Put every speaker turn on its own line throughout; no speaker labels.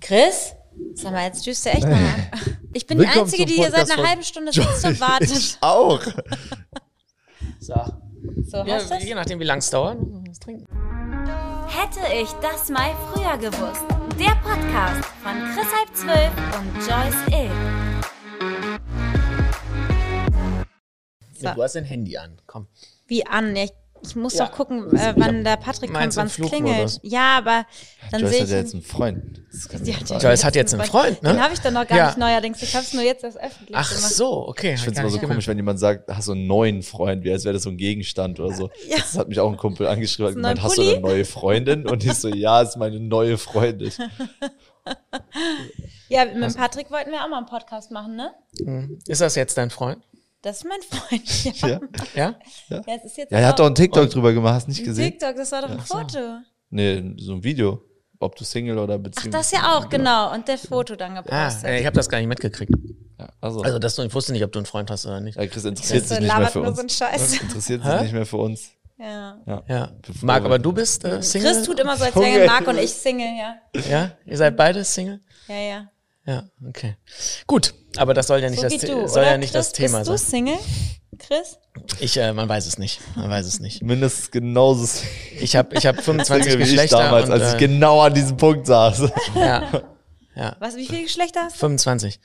Chris? Sag mal, jetzt tust du echt noch. Ich bin die
Willkommen
Einzige,
zum
die hier seit
Podcast
einer
von
halben Stunde sitzt und wartet.
Ich auch.
So.
So,
Ja, genau.
hast du's?
je nachdem, wie lang es dauert, müssen wir was trinken.
Hätte ich das mal früher gewusst. Der Podcast von Chris halb zwölf und Joyce Ill.
Ja, du hast dein Handy an. Komm.
Wie an? Ich, ich muss
Ja.
doch gucken, äh, wann der Patrick kommt,
meins
wann
im
es
Flugmodus.
klingelt. Ja, aber dann
Joyce
sehe
hat
ich.
ja jetzt einen Freund. Das kann
Sie
ich
hat
nicht
ja
wahr sein.
Joyce hat jetzt einen Freund, ne?
Den habe ich dann noch gar
Ja.
nicht neuerdings. Ich habe es nur jetzt erst öffentlich
Ach
gemacht.
so, okay.
Ich finde es immer so komisch, wenn jemand sagt, hast du einen neuen Freund, wie als wäre das so ein Gegenstand oder so.
Ja.
Das hat mich auch ein Kumpel angeschrieben, hat
Hast du einen
gemeint, hast du
neuen
eine neue Freundin? Und ich so, ja, ist meine neue Freundin.
Ja, mit Patrick wollten wir auch mal einen Podcast machen, ne?
Ist das jetzt dein Freund?
Das ist mein Freund. Ja,
Ja,
Ja?
ja es ist jetzt
ja er hat doch
auch
einen TikTok drüber gemacht, hast du nicht
ein
gesehen?
TikTok, das war doch ein Foto.
Nee, so ein Video. Ob du Single oder
Ach,
Beziehung.
das ja auch, genau. Und das Foto dann
Ah,
gepostet.
äh, ich habe das gar nicht mitgekriegt.
Ja, also,
Also, dass du, ich wusste nicht, ob du einen Freund hast oder nicht.
ja, Chris interessiert
so
sich nicht mehr
labert
für
nur so einen
uns.
Scheiß.
Interessiert sich
Hä?
nicht mehr für uns.
Ja.
Ja.
Ja.
Bevor
Marc,
wir-
aber du bist äh, Single?
Chris tut immer so, als wären
Junge.
Marc und ich Single, ja.
Ja? Ihr seid beide Single?
Ja, ja.
Ja, okay. Gut, aber das soll ja nicht,
So
das,
wie
The-
du,
soll
oder,
ja nicht
Chris?
das Thema
Bist du
sein.
Single, Chris?
Ich, äh, man weiß es nicht. Man weiß es nicht.
Mindestens genauso
Ich habe ich hab 25
Single wie ich
Geschlechter.
damals,
und,
als ich
äh,
genau an diesem Punkt saß.
ja,
Was, wie viele Geschlechter hast du?
25.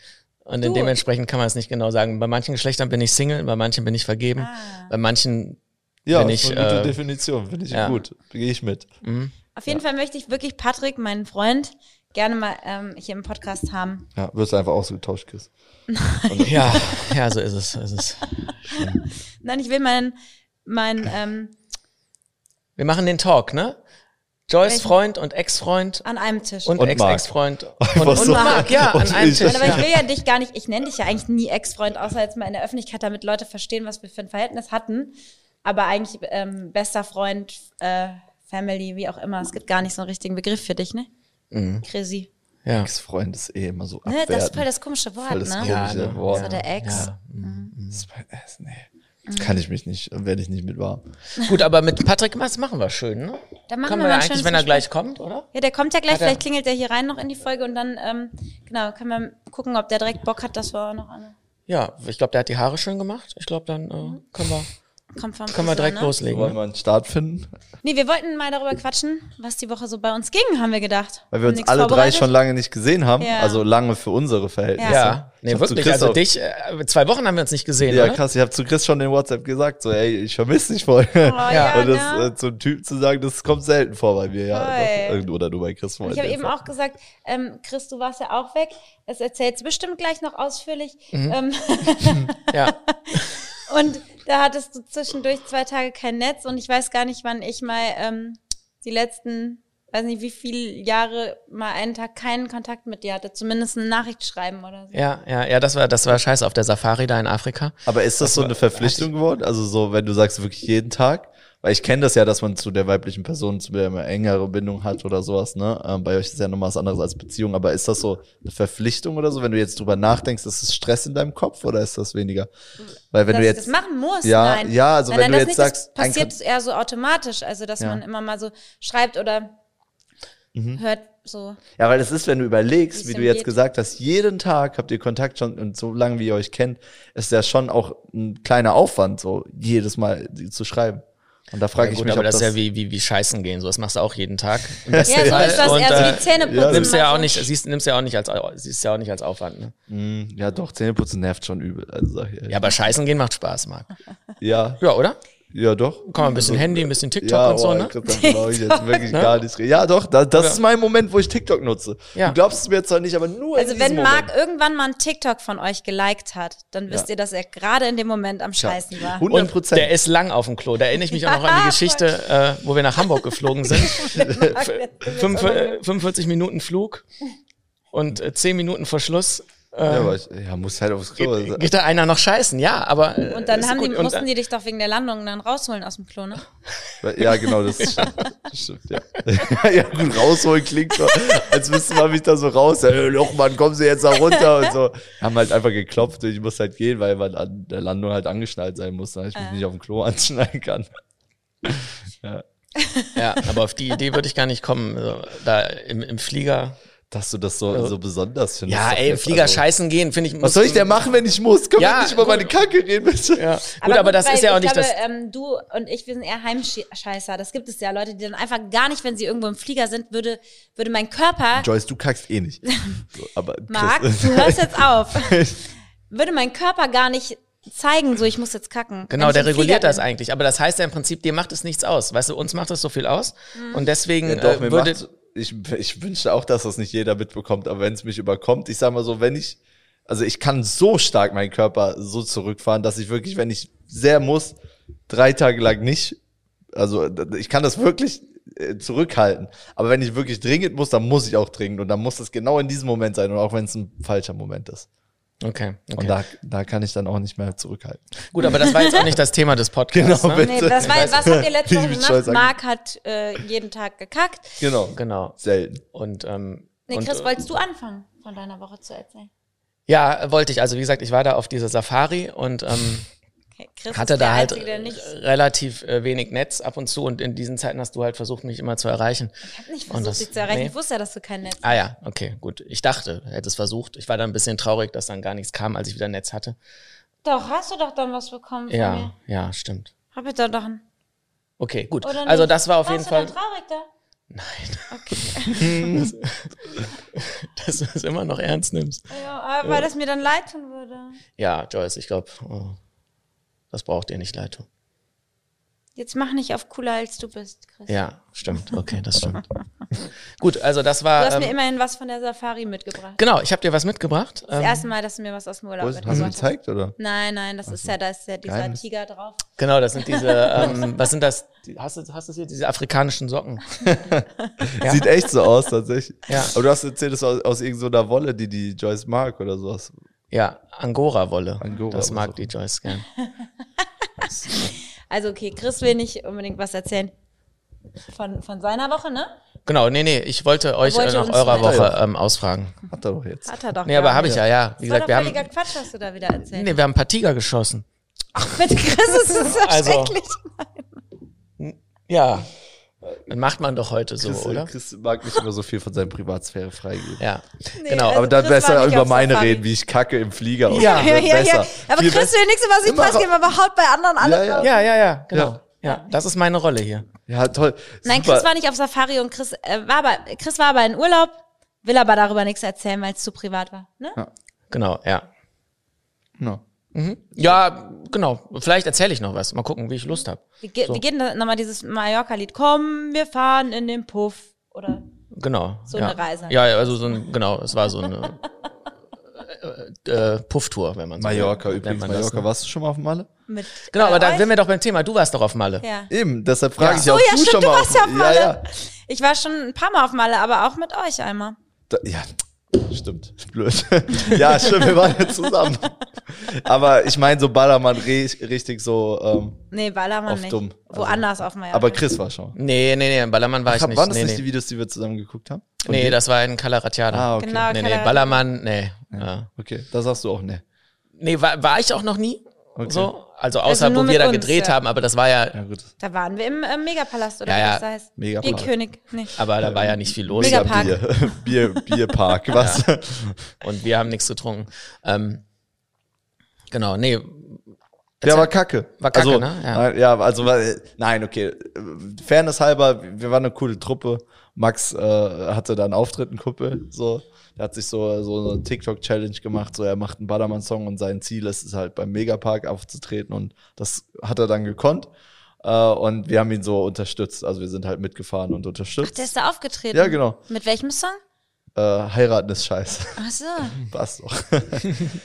Und
Du.
dementsprechend kann man es nicht genau sagen. Bei manchen Geschlechtern bin ich Single, bei manchen bin ich vergeben,
Ah.
bei manchen
Ja,
Wenn
ist
ich,
eine gute
äh,
Definition, finde ich
ja.
gut. Gehe ich mit.
Auf jeden Fall möchte ich wirklich Patrick, meinen Freund, gerne mal ähm, hier im Podcast haben.
Ja, wirst du einfach ausgetauscht, Chris.
Ja, ja, so ist es. so Ist es.
Nein, ich will meinen, meinen ähm,
Wir machen den Talk, ne? Joyce,
Welchen? Ah.
Freund und Ex-Freund
an einem Tisch.
und,
Und Marc.
Ex-Ex-Freund. Und,
Einfach
und
so.
Marc, ja, an
Und
einem
ich.
Tisch.
Nein, aber ich
Ja.
will ja dich gar nicht, ich nenne dich ja eigentlich nie Ex-Freund, außer jetzt mal in der Öffentlichkeit, damit Leute verstehen, was wir für ein Verhältnis hatten. Aber eigentlich ähm, bester Freund, äh, Family, wie auch immer. Es gibt gar nicht so einen richtigen Begriff für dich, ne? Chrissy.
Mhm. Ja.
Ex-Freund ist eh immer so
Ne,
abwertend.
das ist voll das komische Wort,
Voll das
ne?
komische
Ja,
Wort.
So der Ex.
Ja.
Mhm. Das ist voll- das- nee. Kann ich mich nicht, werde ich nicht mit warm.
Gut, aber mit Patrick, was machen wir schön, ne?
Da machen
Können
wir mal ein
eigentlich,
schönes
wenn er
Gespräch.
gleich kommt, oder?
Ja, der kommt ja gleich,
Hat er-
vielleicht klingelt der hier rein noch in die Folge und dann, ähm, genau, können wir gucken, ob der direkt Bock hat, dass wir auch noch eine.
Ja, ich glaube, der hat die Haare schön gemacht. Ich glaube, dann äh, können wir,
Kommt vom
können wir
Friseur,
direkt
ne?
loslegen.
Wollen wir einen Start finden?
Nee, wir wollten mal darüber quatschen, was die Woche so bei uns ging, haben wir gedacht.
Weil wir
Haben
uns
nix
alle drei
vorbereitet.
schon lange nicht gesehen haben.
Ja.
Also lange für unsere Verhältnisse.
Ja,
Ich
nee,
hab zu
wirklich.
Chris
Also
auch-
dich, äh, zwei Wochen haben wir uns nicht gesehen,
Ja,
oder?
krass. Ich habe zu Chris schon in WhatsApp gesagt, so, ey, ich vermisse dich voll.
Oh, ja,
Und das
ne?
äh, zum Typ zu sagen, das kommt selten vor bei mir, ja.
Voll.
Doch, Oder du bei Chris.
Und ich habe eben auch gesagt, ähm, Chris, du warst ja auch weg. Das erzählst du bestimmt gleich noch ausführlich.
Mhm.
Ähm,
Ja.
und da hattest du zwischendurch zwei Tage kein Netz und ich weiß gar nicht, wann ich mal ähm, die letzten, weiß nicht wie viele Jahre, mal einen Tag keinen Kontakt mit dir hatte. Zumindest eine Nachricht schreiben oder so.
ja, ja, ja, das war, das war scheiße auf der Safari da in Afrika.
Aber ist das, so eine Verpflichtung geworden? Also so, wenn du sagst, wirklich jeden Tag? Weil ich kenne das ja, dass man zu der weiblichen Person, zu der man engere Bindung hat oder sowas, ne? Ähm, bei euch ist ja nochmal was anderes als Beziehung, aber ist das so eine Verpflichtung oder so? Wenn du jetzt drüber nachdenkst, ist es Stress in deinem Kopf oder ist das weniger? Weil wenn
dass
du
ich
jetzt.
das machen muss,
Ja,
nein.
ja, also
nein,
wenn
nein,
du
das
jetzt
nicht,
sagst,
das
ein
passiert eher so automatisch, also dass
Ja. Mhm.
man immer mal so schreibt oder hört so.
Ja, weil das ist, wenn du überlegst,
Wie's
wie
denn
du jetzt
geht.
gesagt hast, jeden Tag habt ihr Kontakt schon und so lange wie ihr euch kennt, ist ja schon auch ein kleiner Aufwand, so jedes Mal zu schreiben. Und da frage
Ja,
ich
gut,
mich,
aber
ob
das
das,
ist ja wie, wie, wie Scheißen gehen, so. Das machst du auch jeden Tag. Im
Ja,
besten
so
Fall.
ist das
Und,
eher so
äh,
wie Zähne putzen.
ja,
nimmst du
mal
ja auch
so.
nicht, siehst, nimmst du ja auch nicht als, siehst du ja auch nicht als Aufwand, ne?
Mh, ja doch, Zähneputzen nervt schon übel. Also sag ich ehrlich.
Ja, aber Scheißen gehen macht Spaß, Marc.
ja,
Ja, oder?
ja doch.
Komm mal ein bisschen Handy, ein bisschen TikTok
Also, Ja, oh,
und
boah,
so, ne?
Christian, glaub ich jetzt wirklich gar nicht. reden. Ja, doch, da, das
Oder?
ist mein Moment, wo ich TikTok nutze.
Ja.
Du glaubst es mir jetzt zwar nicht, aber nur in
Also
diesem
wenn Marc
Moment.
irgendwann mal ein TikTok von euch geliked hat, dann wisst
Ja.
ihr, dass er gerade in dem Moment am Scheißen war.
100
Und
Prozent.
der ist lang auf dem Klo. Da erinnere ich mich auch noch an die Geschichte, äh, wo wir nach Hamburg geflogen sind. Fünf, äh, 45 Minuten Flug und äh, 10 Minuten Verschluss. Äh,
ja, aber ich, ja, muss halt aufs Klo.
geht, geht da einer noch scheißen? Ja, aber. äh,
Und dann
ist
haben die,
gut. Und,
mussten
äh,
die dich doch wegen der Landung dann rausholen aus dem Klo, ne?
Ja, genau, das stimmt. Das stimmt ja. ja, gut, rausholen klingt so, als müsste man mich da so raus. Hey, Lochmann, kommen Sie jetzt da runter und so. Haben halt einfach geklopft und ich muss halt gehen, weil man an der Landung halt angeschnallt sein muss, weil ich
Ah.
mich nicht auf dem Klo anschnallen kann.
Ja, aber auf die Idee würde ich gar nicht kommen, so, da Also, im, im Flieger
Dass du das so,
Ja.
so besonders findest.
Ja,
doch
ey, im
jetzt,
Flieger
also-
scheißen gehen, finde ich.
Was soll ich denn machen, wenn ich muss? Komm
Ja,
ja, nicht über
gut.
meine Kacke reden, bitte.
Ja. Gut, aber, das
weil
ist ja auch
ich
nicht
glaube,
das.
Ähm, du und ich, wir sind eher Heimscheißer. Das gibt es ja Leute, die dann einfach gar nicht, wenn sie irgendwo im Flieger sind, würde, würde mein Körper,
Joyce, du kackst eh nicht. So, aber
Marc, du hörst jetzt auf, würde mein Körper gar nicht zeigen, so ich muss jetzt kacken. wenn
Genau,
ich
der
im Flieger
reguliert das
bin.
eigentlich. Aber das heißt ja im Prinzip, dir macht es nichts aus. Weißt du, uns macht das so viel aus.
Mhm.
Und deswegen
Ja, doch,
äh,
mir
würde.
macht, ich, ich wünschte auch, dass das nicht jeder mitbekommt, aber wenn es mich überkommt, ich sag mal so, wenn ich, also ich kann so stark meinen Körper so zurückfahren, dass ich wirklich, wenn ich sehr muss, drei Tage lang nicht, also d- ich kann das wirklich äh, zurückhalten. Aber wenn ich wirklich dringend muss, dann muss ich auch dringend und dann muss das genau in diesem Moment sein und auch wenn es ein falscher Moment ist.
okay,
Und
okay.
da, da kann ich dann auch nicht mehr zurückhalten.
Gut, aber das war jetzt auch nicht das Thema des Podcasts.
Genau,
ne?
bitte.
Nee, das war, was habt ihr letzte
Ich
Woche
bin stolz
gemacht? Marc hat äh, jeden Tag gekackt.
Genau.
Genau.
Selten.
Und, ähm,
Nee,
und,
Chris,
äh,
wolltest du anfangen, von deiner Woche zu erzählen?
Ja, wollte ich. Also wie gesagt, ich war da auf dieser Safari und ähm,
Okay, Chris
hatte
ist der
da halt
Einzige, der nicht,
relativ äh, wenig Netz ab und zu und in diesen Zeiten hast du halt versucht, mich immer zu erreichen.
nicht
und
versucht,
das-
dich zu erreichen.
nee.
Ich wusste ja, dass du kein Netz hast.
Ah ja, okay, gut. Ich dachte, hätte es versucht. Ich war da ein bisschen traurig, dass dann gar nichts kam, als ich wieder Netz hatte.
Doch, hast du doch dann was bekommen von
Ja,
mir.
ja, stimmt.
Hab ich doch doch ein...
Okay, gut.
Oder
Also
nicht?
das war auf
Warst
jeden
du
Fall.
Dann traurig da?
dass du es immer noch ernst nimmst.
Ja, aber weil das mir dann leid tun würde.
Ja, Joyce, ich glaube, oh, das braucht ihr nicht leid tun.
Jetzt mach nicht auf cooler, als du bist, Chris.
Ja, stimmt. Okay, das stimmt. Gut, also das war.
Du hast mir
ähm,
immerhin was von der Safari mitgebracht.
genau, ich habe dir was mitgebracht.
Das
ähm,
erste Mal, dass du mir was aus dem Urlaub
Wo ist- Hast du gezeigt, oder?
Nein, nein, das ist ja, da ist ja dieser
Geheimnis.
Tiger drauf.
Genau, das sind diese. Ähm, was sind das? Die- Hast du, hast du hier diese afrikanischen Socken?
Sieht echt so aus, tatsächlich.
Ja.
Aber du hast erzählt, das aus, aus irgendeiner Wolle, die die Joyce mag oder sowas.
Ja, Angora-Wolle.
Angora-Wolle.
das mag die Joyce gern.
Also okay, Chris will nicht unbedingt was erzählen von, von seiner Woche, ne?
Genau, nee, nee, ich wollte euch
Wollte
äh, nach
uns
eurer
nicht.
Woche ähm, ausfragen.
Hat er doch jetzt.
Hat er doch.
Nee, aber
gar
habe ich
nicht.
ja, ja. Wie
Das war
gesagt,
doch
wir haben,
völliger Quatsch, was du da wieder erzählst.
nee, wir haben ein paar Tiger geschossen.
Mit Chris ist es so
Also,
schrecklich.
Ja. Das macht man doch heute so,
Chris, äh,
oder?
Chris mag nicht immer so viel von seiner Privatsphäre freigeben.
Ja.
Nee,
genau,
also
Aber dann
Chris war
besser
nicht
über
auf
meine
Safari.
reden, wie ich kacke im Flieger. und
Ja.
so.
Ja, ja, ja.
Besser.
Aber
Viel
Chris
besser.
will nichts über sich
Immer
preisgeben, aber haut bei anderen alles
Ja, ja.
raus.
Ja, ja, ja, genau.
Ja.
Ja. das ist meine Rolle hier.
Ja, toll.
Nein,
Super.
Chris war nicht auf Safari und Chris, äh, war aber, Chris war aber in Urlaub, will aber darüber nichts erzählen, weil es zu privat war. Ne?
Genau, ja.
No.
Ja, genau. Vielleicht erzähle ich noch was. Mal gucken, wie ich Lust habe.
Wie, ge wie geht denn da nochmal dieses Mallorca-Lied? Komm, wir fahren in den Puff. Oder
Genau.
So
ja.
eine Reise.
Ja, ja, also so ein, genau, es war so eine äh, äh, Pufftour, wenn man so will.
Mallorca
Nennt
übrigens.
man
Mallorca,
Das, ne?
warst du schon mal auf Malle?
mit.
Genau,
bei
aber da
euch?
sind wir doch beim Thema. Du warst doch auf Malle.
Ja.
Eben, deshalb frage
Ja.
ich
So,
auch
ja,
du
stimmt,
schon
du
mal.
warst ja auf Malle.
ja, ja.
Ich war schon ein paar Mal auf Malle, aber auch mit euch einmal.
Da, ja, stimmt. Blöd. ja, stimmt, wir waren ja zusammen. Aber ich meine, so Ballermann re richtig so. Ähm,
Nee, Ballermann
Auf
nicht.
dumm. Also-
Woanders auf Mallorca.
aber Chris war schon.
Nee, nee, nee, im Ballermann war ich
Hab-
nicht.
Waren das
nee,
nicht die
nee.
Videos, die wir zusammen geguckt haben? Von
nee,
dir?
das war in Calaratiada.
Ah, okay.
Genau,
Nee, nee,
Calaratiada.
Ballermann, nee. Ja.
Okay, da sagst du auch ne.
Nee, war, war ich auch noch nie.
Okay.
So, also außer
nur
wo wir
mit
da
uns,
gedreht
ja.
haben, aber das war ja,
Ja, gut.
Da waren wir im äh, Megapalast, oder
Ja,
wie
ja,
das heißt.
Megapalast.
Bierkönig. Nee.
aber da war ja nicht viel los.
Mega Megapark.
Bier. Bier, Bierpark, was?
und wir haben nichts getrunken. Ähm, genau, nee,
Der war kacke.
War kacke,
also,
ne? Ja.
Ja, ja also, weil- nein, okay. äh, Fairness halber, wir waren eine coole Truppe. Max äh, hatte da einen Auftritt, einen Kumpel, so. Der hat sich so, so eine TikTok-Challenge gemacht, so er macht einen Ballermann-Song und sein Ziel ist es halt beim Megapark aufzutreten und das hat er dann gekonnt. Äh, und wir haben ihn so unterstützt, also wir sind halt mitgefahren und
Ach, der ist
unterstützt.
da aufgetreten.
Ja, genau.
Mit welchem Song?
äh, heiraten ist scheiße.
Ach so.
Passt doch.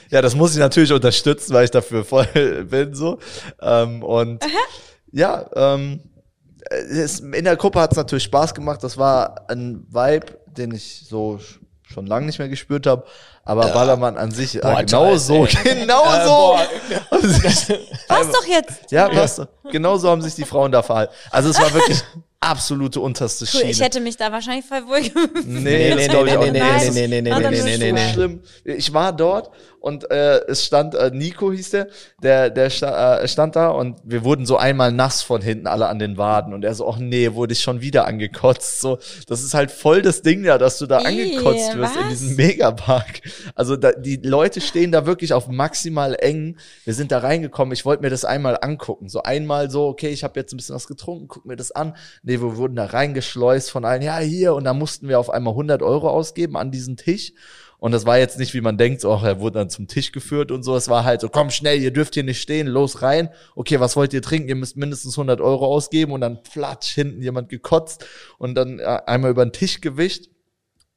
ja, das muss ich natürlich unterstützen, weil ich dafür voll bin so. Ähm, und ja, ähm, es, in der Gruppe hat es natürlich Spaß gemacht. Das war ein Vibe, den ich so sch- schon lange nicht mehr gespürt habe. Aber Ballermann an sich,
Boah, Äh,
äh, genau
Charles,
so, genau so. Haben sich-
Was doch jetzt?
ja, was? Genau so haben sich die Frauen da verhalten. Also es war wirklich absolute unterste
Cool,
Schiene.
ich hätte mich da wahrscheinlich voll wohl gefühlt.
Nee,
Nee,
das
nee,
glaub
nee,
ich auch
nee,
nicht.
nee,
Das ist-
nee, nee, nee,
das
nee,
Ah, ist
nee,
so
nee, nee.
schlimm. Ich war dort und äh, es stand äh, Nico hieß der, der der sta äh, stand da und wir wurden so einmal nass von hinten alle an den Waden und er so, ach nee, wurde ich schon wieder angekotzt. So, das ist halt voll das Ding ja, dass du da
Ih,
angekotzt wirst in
was?
diesem Megapark. Also da, die Leute stehen da wirklich auf maximal eng. Wir sind da reingekommen. Ich wollte mir das einmal angucken. So einmal so, okay, ich habe jetzt ein bisschen was getrunken, guck mir das an. Nee, wir wurden da reingeschleust von allen. Ja, hier. Und da mussten wir auf einmal 100 Euro ausgeben an diesen Tisch. Und das war jetzt nicht, wie man denkt, so, ach, er wurde dann zum Tisch geführt und so. Es war halt so, komm schnell, ihr dürft hier nicht stehen, los rein. Okay, was wollt ihr trinken? Ihr müsst mindestens 100 Euro ausgeben und dann platsch hinten jemand gekotzt und dann äh, einmal über den Tisch gewischt.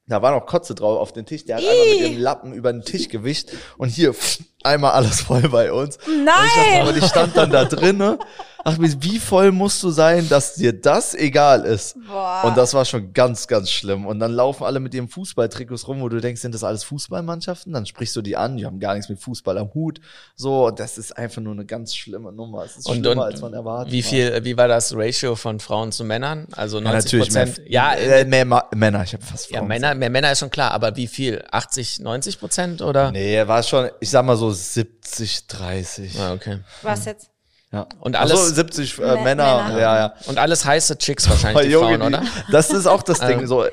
Da war noch Kotze drauf auf den Tisch. Der hat einmal mit dem Lappen über den Tisch gewischt und hier pff, einmal alles voll bei uns.
Nein!
Und ich stand dann da drinne. Ach, wie voll musst du sein, dass dir das egal ist?
Boah.
Und das war schon ganz, ganz schlimm. Und dann laufen alle mit ihren Fußballtrikots rum, wo du denkst, sind das alles Fußballmannschaften? Dann sprichst du die an, die haben gar nichts mit Fußball am Hut. So, und das ist einfach nur eine ganz schlimme Nummer. Es ist
Und,
schlimmer,
und
als man erwartet.
wie
hat.
viel, wie war das Ratio von Frauen zu Männern? Also
Ja,
90
natürlich, mehr,
Prozent. Ja,
äh,
äh,
mehr Ma Männer. Ich habe fast
ja
Frauen
Männer, mehr Männer ist schon klar, aber wie viel? 80, 90 Prozent oder?
Nee, er war schon, ich sag mal so 70, 30.
Ah, okay.
Was jetzt?
Ja.
Und alles-
Ach so, 70 äh,
Mä-
Männer,
Männer.
ja, ja.
Und alles heiße Chicks wahrscheinlich, die
Junge,
Frauen,
die-
oder?
Das ist auch das Ding,
Ähm.
so,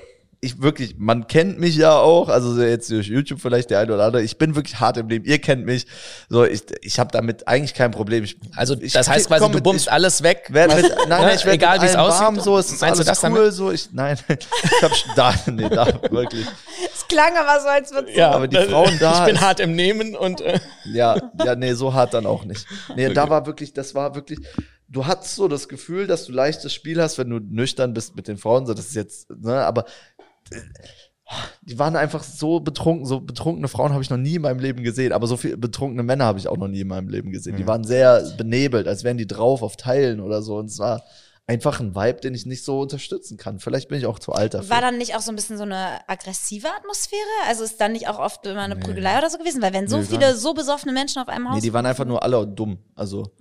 ich wirklich, man kennt mich ja auch, also jetzt durch YouTube vielleicht der eine oder andere, ich bin wirklich hart im Leben, ihr kennt mich, so, ich, ich habe damit eigentlich kein Problem. Ich,
Also
ich,
das heißt quasi,
komm
du
mit-
bummst alles weg.
Werd mit, nein, nein,
Ne?
ich werd
Egal,
mit
wie es
allem
aussieht.
warm, so, es ist
Meinst du
alles
das
cool,
damit?
so, ich, nein, ich hab, schon- da, nee, da, wirklich.
Es klang aber so, als würde
Ja,
Aber die
das-
Frauen da-
Ich bin hart im Nehmen und äh,
Ja, ja, nee, so hart dann auch nicht. Nee, da war wirklich, das war wirklich, du hattest so das Gefühl, dass du leichtes Spiel hast, wenn du nüchtern bist mit den Frauen, so das ist jetzt, ne, aber äh, die waren einfach so betrunken, so betrunkene Frauen habe ich noch nie in meinem Leben gesehen, aber so viel betrunkene Männer habe ich auch noch nie in meinem Leben gesehen. Die waren sehr benebelt, als wären die drauf auf Teilen oder so und es war einfach ein Vibe, den ich nicht so unterstützen kann. Vielleicht bin ich auch zu alt dafür.
War dann nicht auch so ein bisschen so eine aggressive Atmosphäre? Also ist dann nicht auch oft immer eine Prügelei oder so gewesen? Weil wenn so
Nee, gar
viele so besoffene Menschen auf einem Haus.
Nee, die waren einfach nur alle dumm. Also,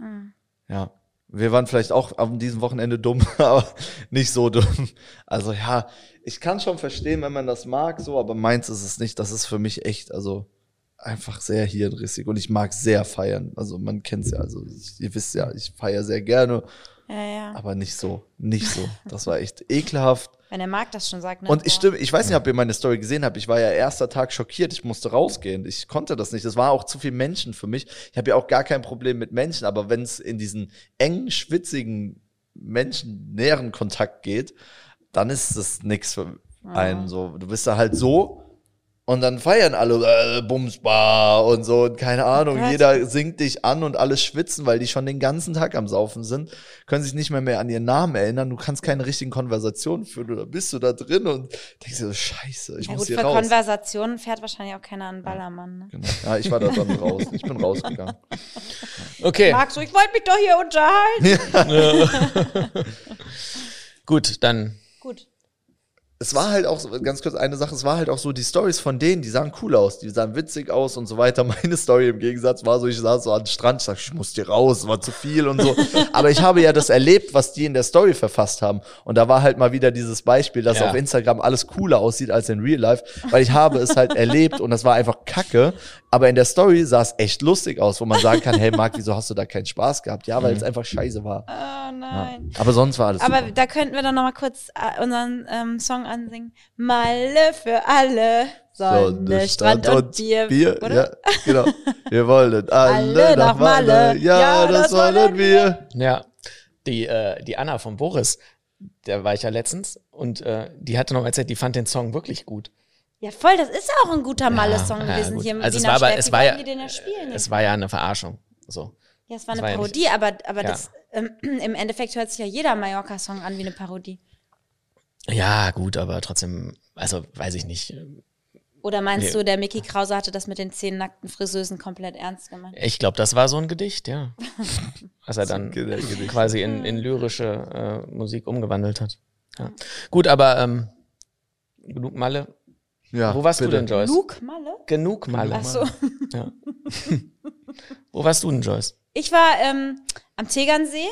ja. Wir waren vielleicht auch an diesem Wochenende dumm, aber nicht so dumm. Also, ja, ich kann schon verstehen, wenn man das mag, so, aber meins ist es nicht. Das ist für mich echt, also, einfach sehr hirnrissig und ich mag sehr feiern. Also, man kennt's ja, also, ich, ihr wisst ja, ich feiere sehr gerne,
ja, ja.
aber nicht so, nicht so. Das war echt ekelhaft.
Wenn der Marc das schon sagt. Ne?
Und ich
Boah.
stimme, ich weiß nicht, ob ihr meine Story gesehen habt. Ich war ja erster Tag schockiert. Ich musste rausgehen. Ich konnte das nicht. Es war auch zu viel Menschen für mich. Ich habe ja auch gar kein Problem mit Menschen, aber wenn es in diesen engen, schwitzigen Menschen näheren Kontakt geht, dann ist das nix für einen so. Du bist da halt so und dann feiern alle äh, Bumsbar und so und keine Ahnung.
Oh Gott.
Jeder singt dich an und alle schwitzen, weil die schon den ganzen Tag am Saufen sind, können sich nicht mehr, mehr an ihren Namen erinnern. Du kannst keine richtigen Konversationen führen oder bist du da drin und denkst dir so, scheiße, ich
Ja
muss
gut,
hier
für
raus.
Konversationen fährt wahrscheinlich auch keiner an Ballermann. Ne?
Genau. Ja, ich war da dann raus. Ich bin rausgegangen.
okay.
Marc so, ich wollte mich doch hier unterhalten.
Gut, dann
Gut.
es war halt auch so, ganz kurz eine Sache, es war halt auch so, die Stories von denen, die sahen cool aus, die sahen witzig aus und so weiter. Meine Story im Gegensatz war so, ich saß so an den Strand, ich sag, ich muss hier raus, war zu viel und so. Aber ich habe ja das erlebt, was die in der Story verfasst haben. Und da war halt mal wieder dieses Beispiel, dass
Ja.
auf Instagram alles cooler aussieht als in Real Life, weil ich habe es halt erlebt und das war einfach Kacke. Aber in der Story sah es echt lustig aus, wo man sagen kann, hey Marc, wieso hast du da keinen Spaß gehabt? Ja, weil es einfach scheiße war.
Oh
Ja.
Mhm. nein.
Aber sonst war alles
Aber
super.
da könnten wir dann nochmal kurz äh, unseren ähm, Song ansingen. Malle für alle. Sonne, Strand und Bier. oder?
Ja, genau. Wir wollen alle,
Alle
nach
nach Malle.
Malle. Ja, das, wollen wir.
Ja, die, äh, die Anna von Boris, der war ich ja letztens und äh, die hatte noch erzählt, die fand den Song wirklich gut.
Ja, voll, das ist ja auch ein guter Malle-Song
ja,
gewesen.
gut.
Hier im
Also es
Wiener
war aber-
Schwertli
es war ja-
wollten die den ja spielen.
Es war ja eine Verarschung. So.
ja, es war
es
eine
war ja nicht-
Parodie, aber, aber
Ja.
das, ähm, im Endeffekt hört sich ja jeder Mallorca-Song an wie eine Parodie.
Ja, gut, aber trotzdem, also weiß ich nicht.
Oder meinst
Nee.
du, der Mickey Krause hatte das mit den zehn nackten Friseusen komplett ernst gemeint?
Ich glaube, das war so ein Gedicht, ja. Was er dann
Ge- Gedicht.
quasi in, in lyrische äh, Musik umgewandelt hat. Ja. Gut, aber ähm, genug Malle.
Ja,
Wo warst
bitte.
du denn, Joyce?
Luke Malle?
Genug Malle.
Ach so.
Ja. Wo warst du denn, Joyce?
Ich war ähm, am Tegernsee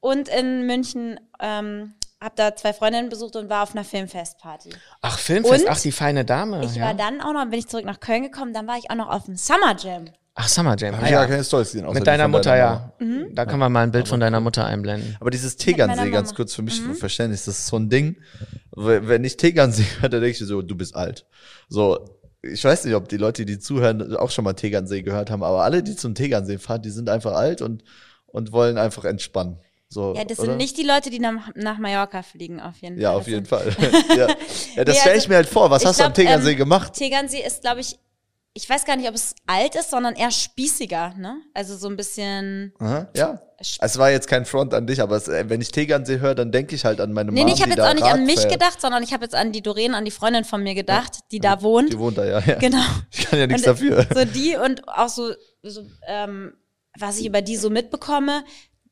und in München ähm, habe da zwei Freundinnen besucht und war auf einer Filmfestparty.
Ach, Filmfest,
Und
ach, die feine
Ah,
Dame.
ich
ja.
war dann auch noch, bin ich zurück nach Köln gekommen, dann war ich auch noch auf dem Summer Jam.
ach, Summer Jam.
Hab
Ah,
ich ja
ja.
keine Stories gesehen. außer die
Mit deiner
von
Mutter, ja.
Mama.
Mhm.
Da können wir mal ein Bild von deiner Mutter einblenden.
Aber dieses
Mit
Tegernsee,
meiner
ganz
Mama. Mhm.
kurz für mich für Verständnis, das ist so ein Ding. W- Wenn ich Tegernsee höre, dann denke ich mir so, du bist alt. So, ich weiß nicht, ob die Leute, die zuhören, auch schon mal Tegernsee gehört haben, aber alle, die zum Tegernsee fahren, die sind einfach alt und, und wollen einfach entspannen. So,
Ja, das
oder?
sind nicht die Leute, die nach, nach Mallorca fliegen, auf jeden
Ja,
Fall. Also,
auf
Das
jeden
sind-
Fall. ja. ja, das
Nee,
stelle ich
also,
mir halt vor. Was
ich
hast du am
glaub,
Tegernsee
ähm,
gemacht?
Tegernsee ist, glaube ich, ich weiß gar nicht, ob es alt ist, sondern eher spießiger, ne? Also so ein bisschen.
Aha, ja.
Sp-
Es war jetzt kein Front an dich, aber es, äh, wenn ich Tegernsee höre, dann denke ich halt an meine
Nee,
Mom,
nee, ich habe
die
jetzt
da
auch nicht
Rad
an mich
fährt.
gedacht, sondern ich habe jetzt an die Doreen, an die Freundin von mir gedacht, die da wohnt.
Die wohnt da, ja. ja.
Genau.
Ich kann ja nichts
Und
dafür.
So die und auch so, so ähm, was ich über die so mitbekomme,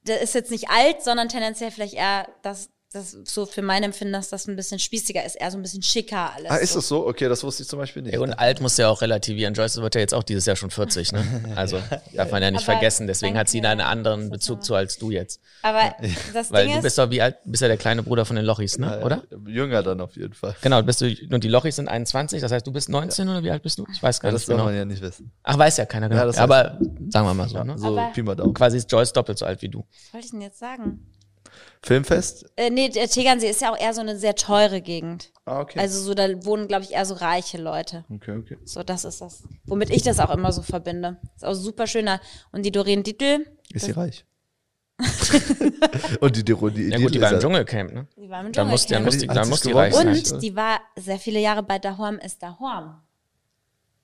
das ist jetzt nicht alt, sondern tendenziell vielleicht eher, dass das so für mein Empfinden, dass das ein bisschen spießiger ist, eher so ein bisschen schicker alles.
Ah, ist das so? Okay, das wusste ich zum Beispiel nicht.
Ey, und
ne?
alt muss ja auch relativieren. Joyce wird ja jetzt auch dieses Jahr schon 40, ne? Also darf man ja nicht
Aber
vergessen. Deswegen
danke,
hat sie da einen
ja.
anderen
Das
Bezug
war-
zu als du jetzt.
Aber das
Weil
Ding
du bist
ist,
doch wie alt, bist ja der kleine Bruder von den Lochis, ne? Oder?
Jünger dann auf jeden Fall.
Genau, bist du, und die Lochis sind 21, das heißt, du bist 19 oder wie alt bist du? Ich weiß gar
Ja, das
nicht
soll
genau.
man ja nicht wissen.
Ach, weiß ja keiner genau.
Ja, das
Aber sagen wir mal so, ne?
So
Aber-
Pi mal Daumen.
Quasi ist Joyce doppelt so alt wie du.
was wollte ich denn jetzt sagen?
Filmfest?
Äh, nee, der Tegernsee ist ja auch eher so eine sehr teure Gegend.
Ah, okay.
Also so, da wohnen, glaube ich, eher so reiche Leute.
okay, okay.
So, das ist das. Womit ich das auch immer so verbinde. Ist auch super schöner. Und die Doreen Dietl,
Ist sie reich? und die Diron, die,
Ja gut, die
ist halt
war im
ja-
Dschungelcamp, ne?
die war im
Dann muss,
Dschungelcamp.
dann muss, die,
Hat
dann
sie
muss die
gewonnen?
reich sein.
Und die war sehr viele Jahre bei Dahorm ist Dahorm.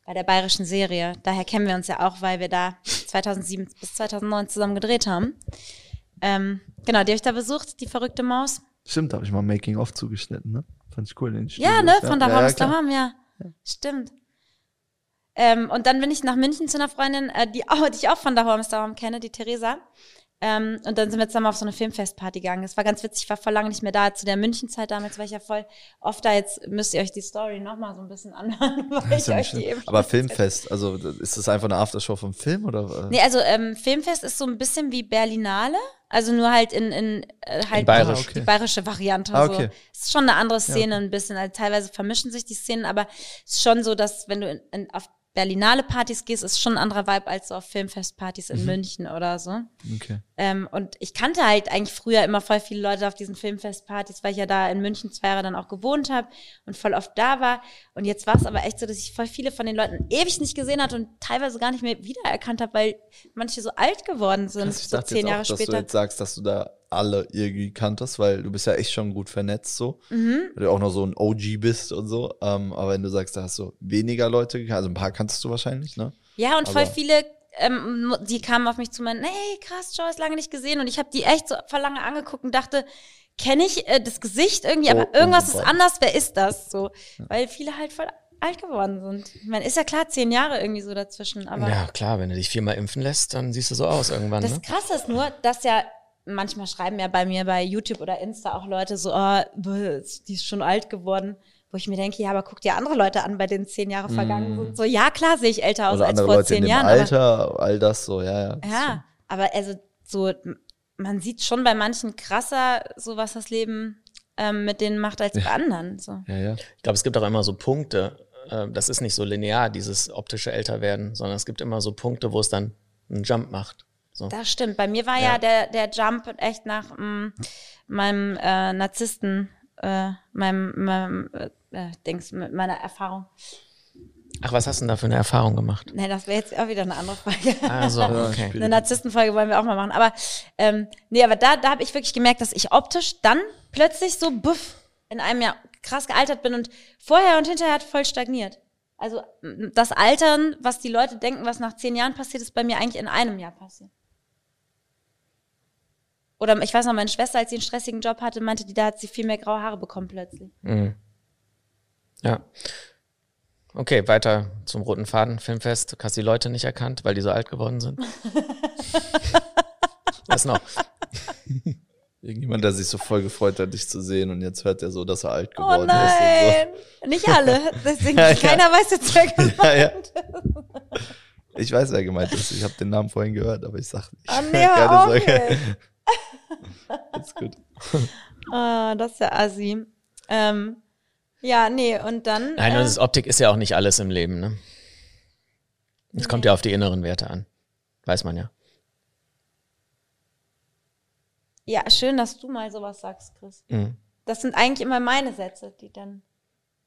Bei der bayerischen Serie. Daher kennen wir uns ja auch, weil wir da 2007 bis 2009 zusammen gedreht haben. Ähm, genau, die habe ich da besucht, die verrückte Maus.
Stimmt, da habe ich mal Making of zugeschnitten, ne? Fand ich cool in den Studios,
Ja, ne? Von Dahorm
ja,
ist
klar.
Dahorm, ja. Stimmt. Ähm, und dann bin ich nach München zu einer Freundin, äh, die, auch, die ich auch von Dahorm ist Dahorm kenne, die Theresa. Ähm, und dann sind wir zusammen auf so eine Filmfestparty gegangen. Das war ganz witzig, ich war voll lange nicht mehr da. Zu der Münchenzeit damals war ich ja voll oft da. Jetzt müsst ihr euch die Story nochmal so ein bisschen anhören, weil ich
Das ist ja nicht
euch die
schlimm.
eben
Aber
schon erzählt
Filmfest, also ist das einfach eine Aftershow vom Film oder?
Nee, also ähm, Filmfest ist so ein bisschen wie Berlinale, also nur halt in, in äh, halt
Bayerisch.
die bayerische Variante.
Ah,
so.
okay.
Ist schon eine andere Szene ein bisschen. Also teilweise vermischen sich die Szenen, aber es ist schon so, dass wenn du in, in, auf Berlinale Partys gehst, ist schon ein anderer Vibe als so auf Filmfestpartys in München oder so.
Okay.
Ähm, und ich kannte halt eigentlich früher immer voll viele Leute auf diesen Filmfestpartys, weil ich ja da in München zwei Jahre dann auch gewohnt habe und voll oft da war. Und jetzt war es aber echt so, dass ich voll viele von den Leuten ewig nicht gesehen hatte und teilweise gar nicht mehr wiedererkannt habe, weil manche so alt geworden sind,
Krass, Also, ich
so
dachte
zehn
jetzt
Jahre
auch, dass du
später.
jetzt sagst, dass du da alle irgendwie kanntest, weil du bist ja echt schon gut vernetzt so.
Mhm.
Weil du auch noch so ein OG bist und so. Ähm, aber wenn du sagst, da hast du weniger Leute gekannt, also ein paar kanntest du wahrscheinlich, ne?
Ja, und voll
aber-
viele, ähm, die kamen auf mich zu meinen, hey, krass, Joyce, lange nicht gesehen. Und ich habe die echt so voll lange angeguckt und dachte, kenne ich äh, das Gesicht irgendwie, aber
Oh,
irgendwas ist
unsympathisch.
anders, wer ist das? So, weil viele halt voll alt geworden sind. Ich meine, ist ja klar, zehn Jahre irgendwie so dazwischen, aber.
ne?
Ja, klar, wenn du dich viermal impfen lässt, dann siehst du so aus irgendwann,
Das
ne?
Krasse ist nur, dass ja manchmal schreiben ja bei mir bei YouTube oder Insta auch Leute so, oh, bäh, die ist schon alt geworden, wo ich mir denke, ja, aber guck dir andere Leute an, bei denen zehn Jahre vergangen sind. So, ja, klar sehe ich älter aus
Mhm. Oder
Also als vor
Also andere Leute in
zehn
dem
Jahren.
Alter, all das so, ja, ja.
Aber, ja, aber also so, m- man sieht schon bei manchen krasser, so was das Leben ähm, mit denen macht als bei anderen. So.
Ja, ja.
Ich glaube, es gibt auch immer so Punkte, äh, das ist nicht so linear, dieses optische Älterwerden, sondern es gibt immer so Punkte, wo es dann einen Jump macht. So.
Das stimmt. Bei mir war ja,
Ja.
der, der Jump echt nach mm, meinem äh, Narzissten, äh, meinem, meinem äh, äh, Dings, mit meiner Erfahrung.
Ach, was hast du denn da für eine Erfahrung gemacht?
Nee, das wäre jetzt auch wieder eine andere Frage.
Also, okay.
Eine Narzisstenfolge wollen wir auch mal machen. Aber ähm, nee, aber da, da habe ich wirklich gemerkt, dass ich optisch dann plötzlich so buff in einem Jahr krass gealtert bin und vorher und hinterher hat voll stagniert. Also m, das Altern, was die Leute denken, was nach zehn Jahren passiert, ist bei mir eigentlich in einem Jahr passiert. Oder ich weiß noch, meine Schwester, als sie einen stressigen Job hatte, meinte die, da hat sie viel mehr graue Haare bekommen plötzlich.
Ja. Okay, weiter zum roten Faden, Filmfest. Du hast die Leute nicht erkannt, weil die so alt geworden sind. Was noch?
Irgendjemand, der sich so voll gefreut hat, dich zu sehen und jetzt hört er so, dass er alt
Oh
geworden ist.
nein! Nicht alle. Deswegen, keiner weiß jetzt, wer
Und so. Ja, ja. Ich weiß, wer gemeint ist. Ich habe den Namen vorhin gehört, aber ich sag nicht.
Oh nee, hör auf jetzt.
Ist gut.
Ah, das ist ja assi. Ähm, ja, nee, und dann.
Nein, und
äh,
das Optik ist ja auch nicht alles im Leben, ne? Es kommt ja auf die inneren Werte an. Weiß man ja.
ja, schön, dass du mal sowas sagst, Chris.
Mhm.
Das sind eigentlich immer meine Sätze, die dann.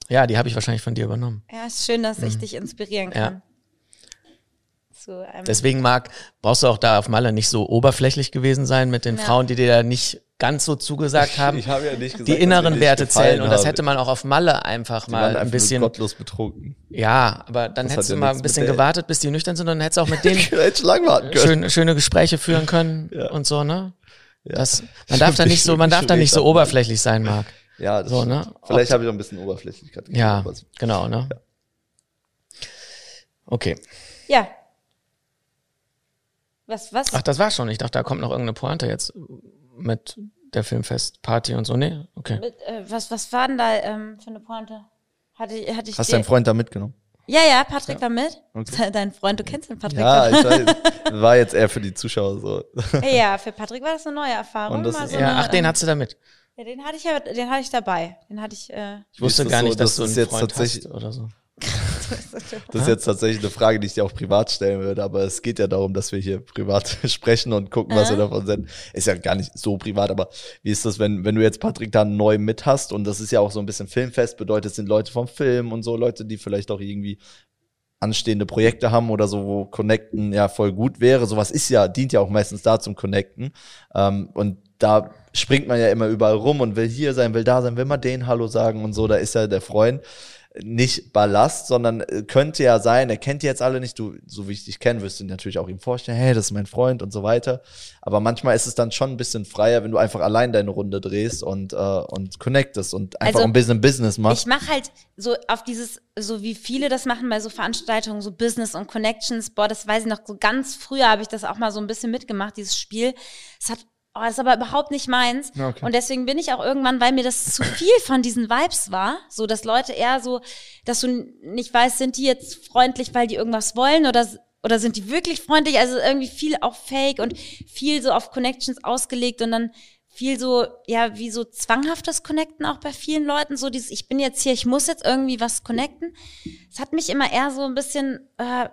Ja, die habe ich wahrscheinlich von dir übernommen.
Ja, ist schön, dass ich dich inspirieren
Ja.
kann. Zu einem
Deswegen, Marc, brauchst du auch da auf Malle nicht so oberflächlich gewesen sein mit den
Ja.
Frauen, die dir da nicht ganz so zugesagt haben.
Ich habe ja nicht gesagt,
die
dass mir
inneren
nicht
Werte
gefallen
zählen und das
habe.
hätte man auch auf Malle einfach
Die waren
mal
einfach
ein
nur
bisschen.
gottlos betrunken.
Ja, aber dann
Das
hättest
hat
du
ja
mal
nichts
ein bisschen
mit der-
gewartet, bis die nüchtern sind und dann hättest du auch mit denen
Ich hätte schon lang warten können.
schön, schöne Gespräche führen können
Ja.
und so, ne?
Ja.
Das, man darf da
Stimmt,
nicht so,
ich-
man
ich
darf da
rede
nicht so
davon.
oberflächlich sein, Marc.
Ja, das
So,
stimmt.
ne?
Vielleicht habe ich auch ein bisschen Oberflächlichkeit gegeben,
Ja,
aber so.
genau, ne? Okay.
Ja. Was, was?
Ach, das war schon. Ich dachte, da kommt noch irgendeine Pointe jetzt mit der Filmfestparty und so. Nee, okay.
Mit, äh, was, was war denn da ähm, für eine Pointe? Hatte, ich- hatte ich
Hast
dir-
deinen Freund da mitgenommen?
Ja, ja, Patrick war mit.
Okay.
Dein Freund, du kennst den Patrick.
Ja, ich weiß. War jetzt eher für die Zuschauer so.
ja, für Patrick war das eine neue Erfahrung.
Und das
mal
ist-
so
ja,
eine,
ach, den
ähm,
hast du da mit.
ja, den hatte ich ja, den hatte ich dabei. Den hatte ich. Äh,
Ich wusste
Ist das
gar
so,
nicht,
dass
dass du
es
einen
jetzt
Freund
tatsächlich-
hast oder so.
Das ist jetzt tatsächlich eine Frage, die ich dir auch privat stellen würde, aber es geht ja darum, dass wir hier privat sprechen und gucken, was wir davon senden. Ist ja gar nicht so privat, aber wie ist das, wenn, wenn du jetzt Patrick da neu mit hast und das ist ja auch so ein bisschen filmfest, bedeutet, es sind Leute vom Film und so, Leute, die vielleicht auch irgendwie anstehende Projekte haben oder so, wo Connecten ja voll gut wäre. Sowas ist ja, dient ja auch meistens da zum Connecten. Ähm, und da springt man ja immer überall rum und will hier sein, will da sein, will mal den Hallo sagen und so. Da ist ja der Freund nicht Ballast, sondern äh, könnte ja sein, er kennt die jetzt alle nicht, du, so wie ich dich kenne, wirst du natürlich auch ihm vorstellen, hey, das ist mein Freund und so weiter. Aber manchmal ist es dann schon ein bisschen freier, wenn du einfach allein deine Runde drehst und, äh, und connectest und einfach
Also,
ein bisschen Business machst.
Ich mache halt so auf dieses, so wie viele das machen bei so Veranstaltungen, so Business und Connections. Boah, das weiß ich noch, so ganz früher habe ich das auch mal so ein bisschen mitgemacht, dieses Spiel. Es hat, oh, das ist aber überhaupt nicht meins.
Okay.
Und deswegen bin ich auch irgendwann, weil mir das zu viel von diesen Vibes war, so dass Leute eher so, dass du n- nicht weißt, sind die jetzt freundlich, weil die irgendwas wollen oder s- oder sind die wirklich freundlich? Also irgendwie viel auch fake und viel so auf Connections ausgelegt und dann viel so, ja, wie so zwanghaftes Connecten auch bei vielen Leuten, so dieses, ich bin jetzt hier, ich muss jetzt irgendwie was connecten. Es hat mich immer eher so ein bisschen, äh,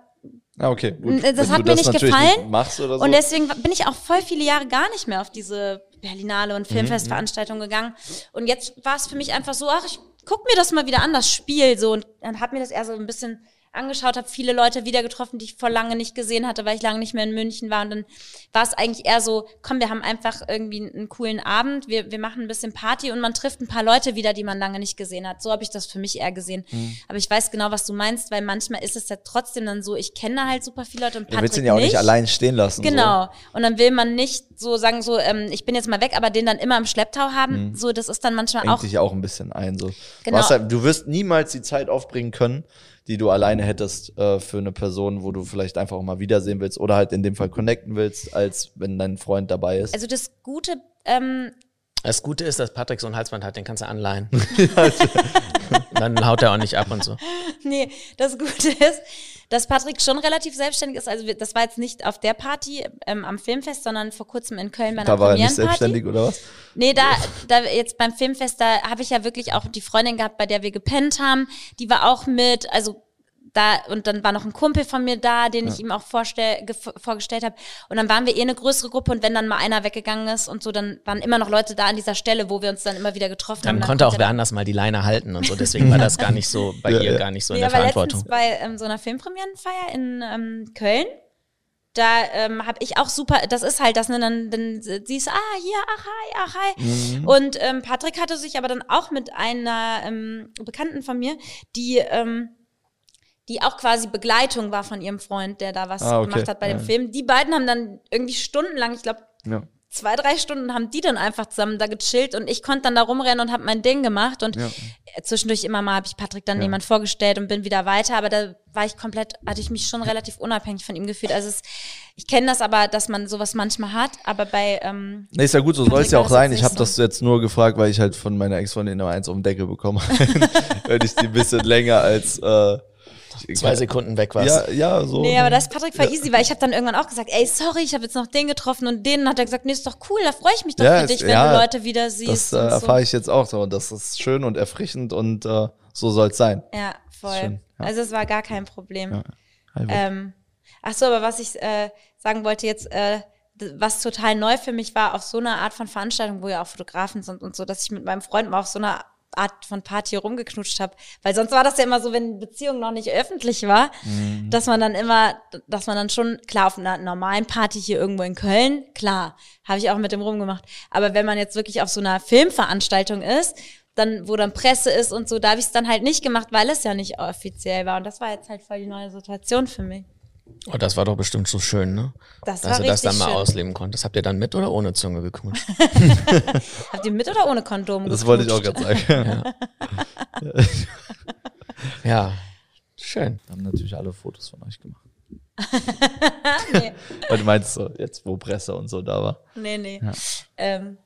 Ah, okay.
N- das
Wenn
hat
du
mir nicht
natürlich
gefallen.
nicht machst oder so.
und deswegen bin ich auch voll viele Jahre gar nicht mehr auf diese Berlinale
Mhm,
und Filmfestveranstaltungen gegangen. Und jetzt war es für mich einfach so, ach, ich guck mir das mal wieder an, das Spiel so. Und dann hat mir das eher so ein bisschen angeschaut, habe viele Leute wieder getroffen, die ich vor lange nicht gesehen hatte, weil ich lange nicht mehr in München war. Und dann war es eigentlich eher so, komm, wir haben einfach irgendwie einen coolen Abend, wir, wir machen ein bisschen Party und man trifft ein paar Leute wieder, die man lange nicht gesehen hat. So habe ich das für mich eher gesehen.
Mhm.
Aber ich weiß genau, was du meinst, weil manchmal ist es ja trotzdem dann so, ich kenne halt super viele Leute und
du
Patrick
willst ihn ja auch nicht, allein stehen lassen.
Genau. Und dann will man nicht so sagen, so, ähm, ich bin jetzt mal weg, aber den dann immer im Schlepptau haben.
Mhm.
So, das ist dann manchmal
So. Engt
auch.
dich auch ein bisschen ein. So.
Genau.
Du, hast halt, du wirst niemals die Zeit aufbringen können, die du alleine hättest äh, für eine Person, wo du vielleicht einfach auch mal wiedersehen willst oder halt in dem Fall connecten willst, als wenn dein Freund dabei ist.
Also das Gute, ähm,
Das Gute ist, dass Patrick so ein Halsband hat, den kannst du anleihen. Dann haut er auch nicht ab und so.
nee, das Gute ist, dass Patrick schon relativ selbstständig ist. Also wir- das war jetzt nicht auf der Party ähm, am Filmfest, sondern vor kurzem in Köln bei einer
da war er nicht
Premierenparty.
selbstständig oder was?
Nee, da, da jetzt beim Filmfest, da habe ich ja wirklich auch die Freundin gehabt, bei der wir gepennt haben. Die war auch mit, also da und dann war noch ein Kumpel von mir da, den ich ihm auch vorstell, gef- vorgestellt habe. Und dann waren wir eh eine größere Gruppe und wenn dann mal einer weggegangen ist und so, dann waren immer noch Leute da an dieser Stelle, wo wir uns dann immer wieder getroffen haben.
Dann konnte auch
kommt er
wer anders mal die Leine halten und so. Deswegen war das gar nicht so bei
Ja,
ihr
ja.
gar nicht so in
Nee,
der
aber letztens
Verantwortung.
bei ähm, so einer Filmpremierenfeier in ähm, Köln, da ähm, habe ich auch super, das ist halt das, ne, dann, dann siehst du, ah, hier, ach, hi, ach, hi.
Mhm.
Und ähm, Patrick hatte sich aber dann auch mit einer ähm, Bekannten von mir, die, ähm, die auch quasi Begleitung war von ihrem Freund, der da was
Ah, okay.
gemacht hat bei dem
Ja.
Film. Die beiden haben dann irgendwie stundenlang, ich glaube,
Ja.
zwei, drei Stunden haben die dann einfach zusammen da gechillt und ich konnte dann da rumrennen und habe mein Ding gemacht und äh,
Ja.
zwischendurch immer mal habe ich Patrick dann jemand vorgestellt und bin wieder weiter, aber da war ich komplett, hatte ich mich schon relativ unabhängig von ihm gefühlt. Also es, ich kenne das aber, dass man sowas manchmal hat, aber bei ähm,
Nee, ist ja gut, so soll es
Patrick
ja
war
auch
das
sein.
jetzt
Ich habe
nicht
das jetzt nur gefragt, weil ich halt von meiner Ex-Freundin immer eins um den Deckel bekommen habe. wenn ich die ein bisschen länger als äh,
zwei Sekunden weg warst.
Ja, ja, so.
Nee, aber das Patrick war easy, weil ich habe dann irgendwann auch gesagt, ey, sorry, ich habe jetzt noch den getroffen und den. Und hat er gesagt, nee, ist doch cool, da freue ich mich doch
Ja,
für
es-
dich, wenn
ja,
du Leute wieder
das
siehst.
äh,
und so.
erfahre ich jetzt auch. So. Und das ist schön und erfrischend und äh, so soll's sein.
Ja, voll.
Schön, ja.
Also es war gar kein Problem.
Ja.
Ähm, ach so, aber was ich äh, sagen wollte jetzt, äh, d- was total neu für mich war, auf so einer Art von Veranstaltung, wo ja auch Fotografen sind und so, dass ich mit meinem Freund mal auf so einer Art von Party rumgeknutscht habe. Weil sonst war das ja immer so, wenn Beziehung noch nicht öffentlich war, dass man dann immer, dass man dann schon, klar, auf einer normalen Party hier irgendwo in Köln, klar, habe ich auch mit dem rumgemacht. Aber wenn man jetzt wirklich auf so einer Filmveranstaltung ist, dann, wo dann Presse ist und so, da habe ich es dann halt nicht gemacht, weil es ja nicht offiziell war. Und das war jetzt halt voll die neue Situation für mich.
Oh, das war doch bestimmt so schön, ne?
Das
Dass
war
du das
richtig
dann mal
schön.
ausleben konntest. Habt ihr dann mit oder ohne Zunge geknutscht?
Habt ihr mit oder ohne Kondom?
Das wollte ich auch
geknutscht?
gerade sagen.
ja. Schön.
haben natürlich alle Fotos von euch gemacht. Weil du meinst so, jetzt wo Presse und so da war.
Nee, nee. Ja, ähm,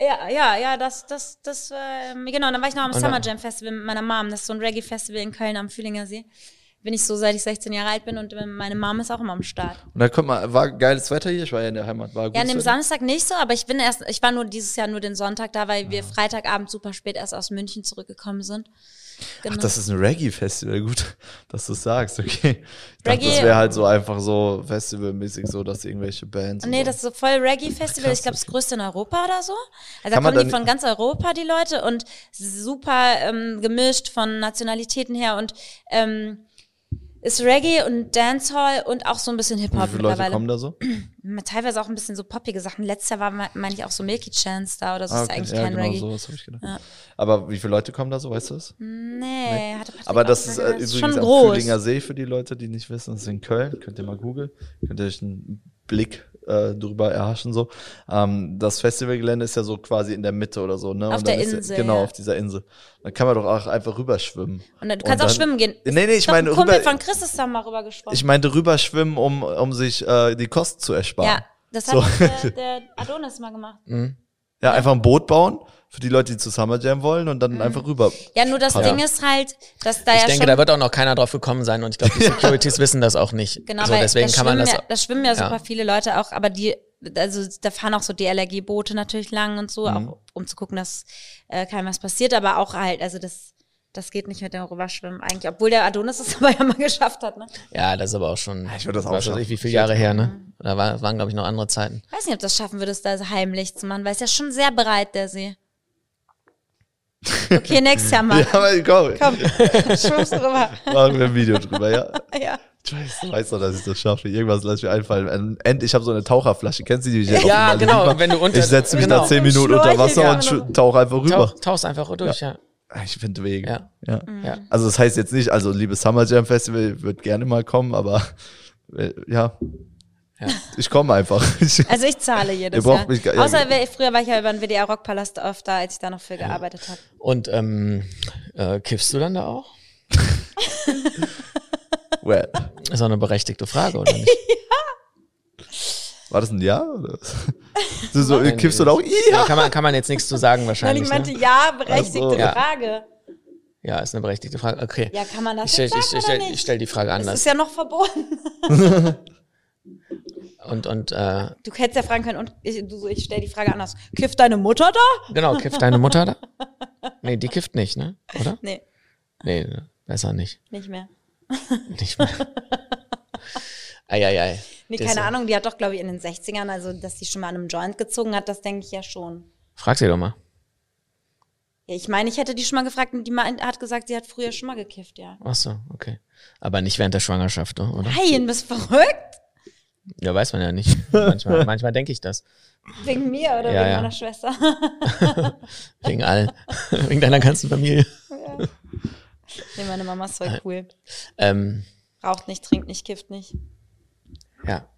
ja, ja, ja, das, das, das, ähm, genau, dann war ich noch am
Und
Summer
dann-
Jam Festival mit meiner Mom. Das ist so ein Reggae-Festival in Köln am Fühlinger See. Bin ich so, seit ich 16 Jahre alt bin und äh, meine Mom ist auch immer am Start.
Und da kommt man, war geiles Wetter hier, ich war ja in der Heimat, war gut.
Ja, an dem Samstag nicht so, aber ich bin erst, ich war nur dieses Jahr nur den Sonntag da, weil
Ah.
wir Freitagabend super spät erst aus München zurückgekommen sind. Genau.
Ach, das ist ein Reggae-Festival, gut, dass du es sagst, okay. Ich dachte,
Reggae-
das wäre halt so einfach so festivalmäßig so, dass irgendwelche Bands.
Ah,
und
Nee,
so.
das ist so voll Reggae-Festival.
Krass,
Ich glaube, das
okay.
größte in Europa oder so. Also
Kann man
da kommen die
dann-
von ganz Europa, die Leute, und super ähm, gemischt von Nationalitäten her und ähm, ist Reggae und Dancehall und auch so ein bisschen
Und Wie
Hip-Hop
viele Leute
mittlerweile.
kommen da so?
Teilweise auch ein bisschen so poppige Sachen. Letztes Jahr war, me- meine ich, auch so Milky Chance da oder so. Ist ja eigentlich
ja,
kein
genau,
Reggae.
sowas habe ich gedacht. Aber wie viele Leute kommen da so, weißt du das?
Nee, hatte Patrick
Aber
auch
das ist
gesagt,
äh,
das
übrigens
schon
am
groß.
Fühlinger See für die Leute, die nicht wissen, das ist in Köln. Könnt ihr mal googeln, könnt ihr euch einen Blick äh, drüber erhaschen. So. Ähm, das Festivalgelände ist ja so quasi in der Mitte oder so, ne?
Auf
Und dann
der
ist,
Insel,
Genau,
ja.
auf dieser Insel. Dann kann man doch auch einfach rüberschwimmen.
Und dann- du kannst auch schwimmen gehen.
Nee, nee, ich
Doch,
meine,
ein Kumpel
rüber,
von Chris ist da mal rüber geschwommen.
ich meinte rüberschwimmen, um, um sich äh, die Kosten zu ersparen.
ja, das hat
So.
auch der, der Adonis mal gemacht.
Mhm.
Ja, einfach ein Boot bauen für die Leute, die zu Summer Jam wollen und dann
Mhm.
einfach rüber.
Ja, nur das
Ja.
Ding ist halt, dass da
Ich
ja
denke,
schon
da wird auch noch keiner drauf gekommen sein und ich glaube, die Securities wissen das auch nicht.
Genau,
so,
weil
also deswegen
da
kann man
schwimmen
das.
ja, da schwimmen ja
ja.
super viele Leute auch, aber die, also da fahren auch so DLRG-Boote natürlich lang und so,
Mhm.
auch um zu gucken, dass äh, keinem was passiert, aber auch halt, also das, das geht nicht mit dem Rüberschwimmen eigentlich, obwohl der Adonis es aber ja mal geschafft hat, ne?
Ja, das ist aber auch schon.
ich würde das auch
was weiß
schaffen.
ich, wie viele Jahre her, ne?
Mhm.
Da war, waren, glaube ich, noch andere Zeiten.
Weiß nicht, ob das schaffen würdest, da so heimlich zu machen, weil es ja schon sehr breit, der See. Okay, nächstes Jahr mal.
Ja, aber komm,
Komm, schwimmst du rüber.
machen wir ein Video drüber, ja.
Ja.
Scheiße, weiß doch, dass ich das schaffe. Irgendwas lasse ich mir einfallen. Am Ende, ich habe so eine Taucherflasche. Kennst du die? die ich
Ja,
auf dem
genau,
Malediven-
wenn du unter-
ich setze mich
genau.
nach 10
Mit dem
Minuten unter
Schnorchel,
Wasser
ja.
und schu- tauche einfach rüber. Ah,
Tauch, tauchst einfach durch, ja.
Ich finde Wege.
Ja.
Ja.
Mhm.
ja.
Also das heißt jetzt nicht, also liebes Summer Jam Festival, wird gerne mal kommen, aber äh, ja,
Ja.
ich komme einfach. Ich,
Also ich zahle jedes
Ihr braucht
Jahr.
mich gar- ja,
Außer wer- früher war ich ja über den WDR Rockpalast oft da, als ich da noch viel gearbeitet habe.
Und ähm, äh, kiffst du dann da auch?
well,
Ist auch eine berechtigte Frage, oder nicht?
war das ein Ja? Oder? So, so,
Nein,
kippst du
nee.
da auch?
Ja.
Ja.
Kann, man, kann man jetzt nichts zu sagen
Nein, ich
wahrscheinlich.
meinte,
ne?
ja, berechtigte
Ach so.
Ja.
Frage.
Ja, ist eine berechtigte Frage. Okay.
Ja, kann man das
ich stelle
jetzt sagen oder
ich, ich, stell,
nicht?
ich stell die Frage
das
anders.
ist ja noch verboten.
Und, und äh,
Du hättest ja fragen können, und ich, du so, ich stell die Frage anders. Kifft deine Mutter da?
genau, kifft deine Mutter da? Nee, die kifft nicht, ne? Oder?
Nee,
Nee, ne, besser nicht.
nicht mehr.
Nicht mehr. Eieiei.
Nee,
Das-
keine Ahnung, die hat doch, glaube ich, in den 60ern, also dass die schon mal an einem Joint gezogen hat, das denke ich ja schon.
Frag sie doch mal.
Ja, Ich meine, ich hätte die schon mal gefragt und die meint- hat gesagt, sie hat früher schon mal gekifft, ja.
Ach so, okay. Aber nicht während der Schwangerschaft, ne, oder?
Nein, bist verrückt?
Ja, weiß man ja nicht. Manchmal, manchmal denke ich das.
Wegen mir oder
Ja,
wegen
ja.
meiner Schwester?
Wegen all, wegen deiner ganzen Familie.
nee, meine Mama ist
Äh,
voll cool.
Ähm,
Raucht nicht, trinkt nicht, kifft nicht.
ja.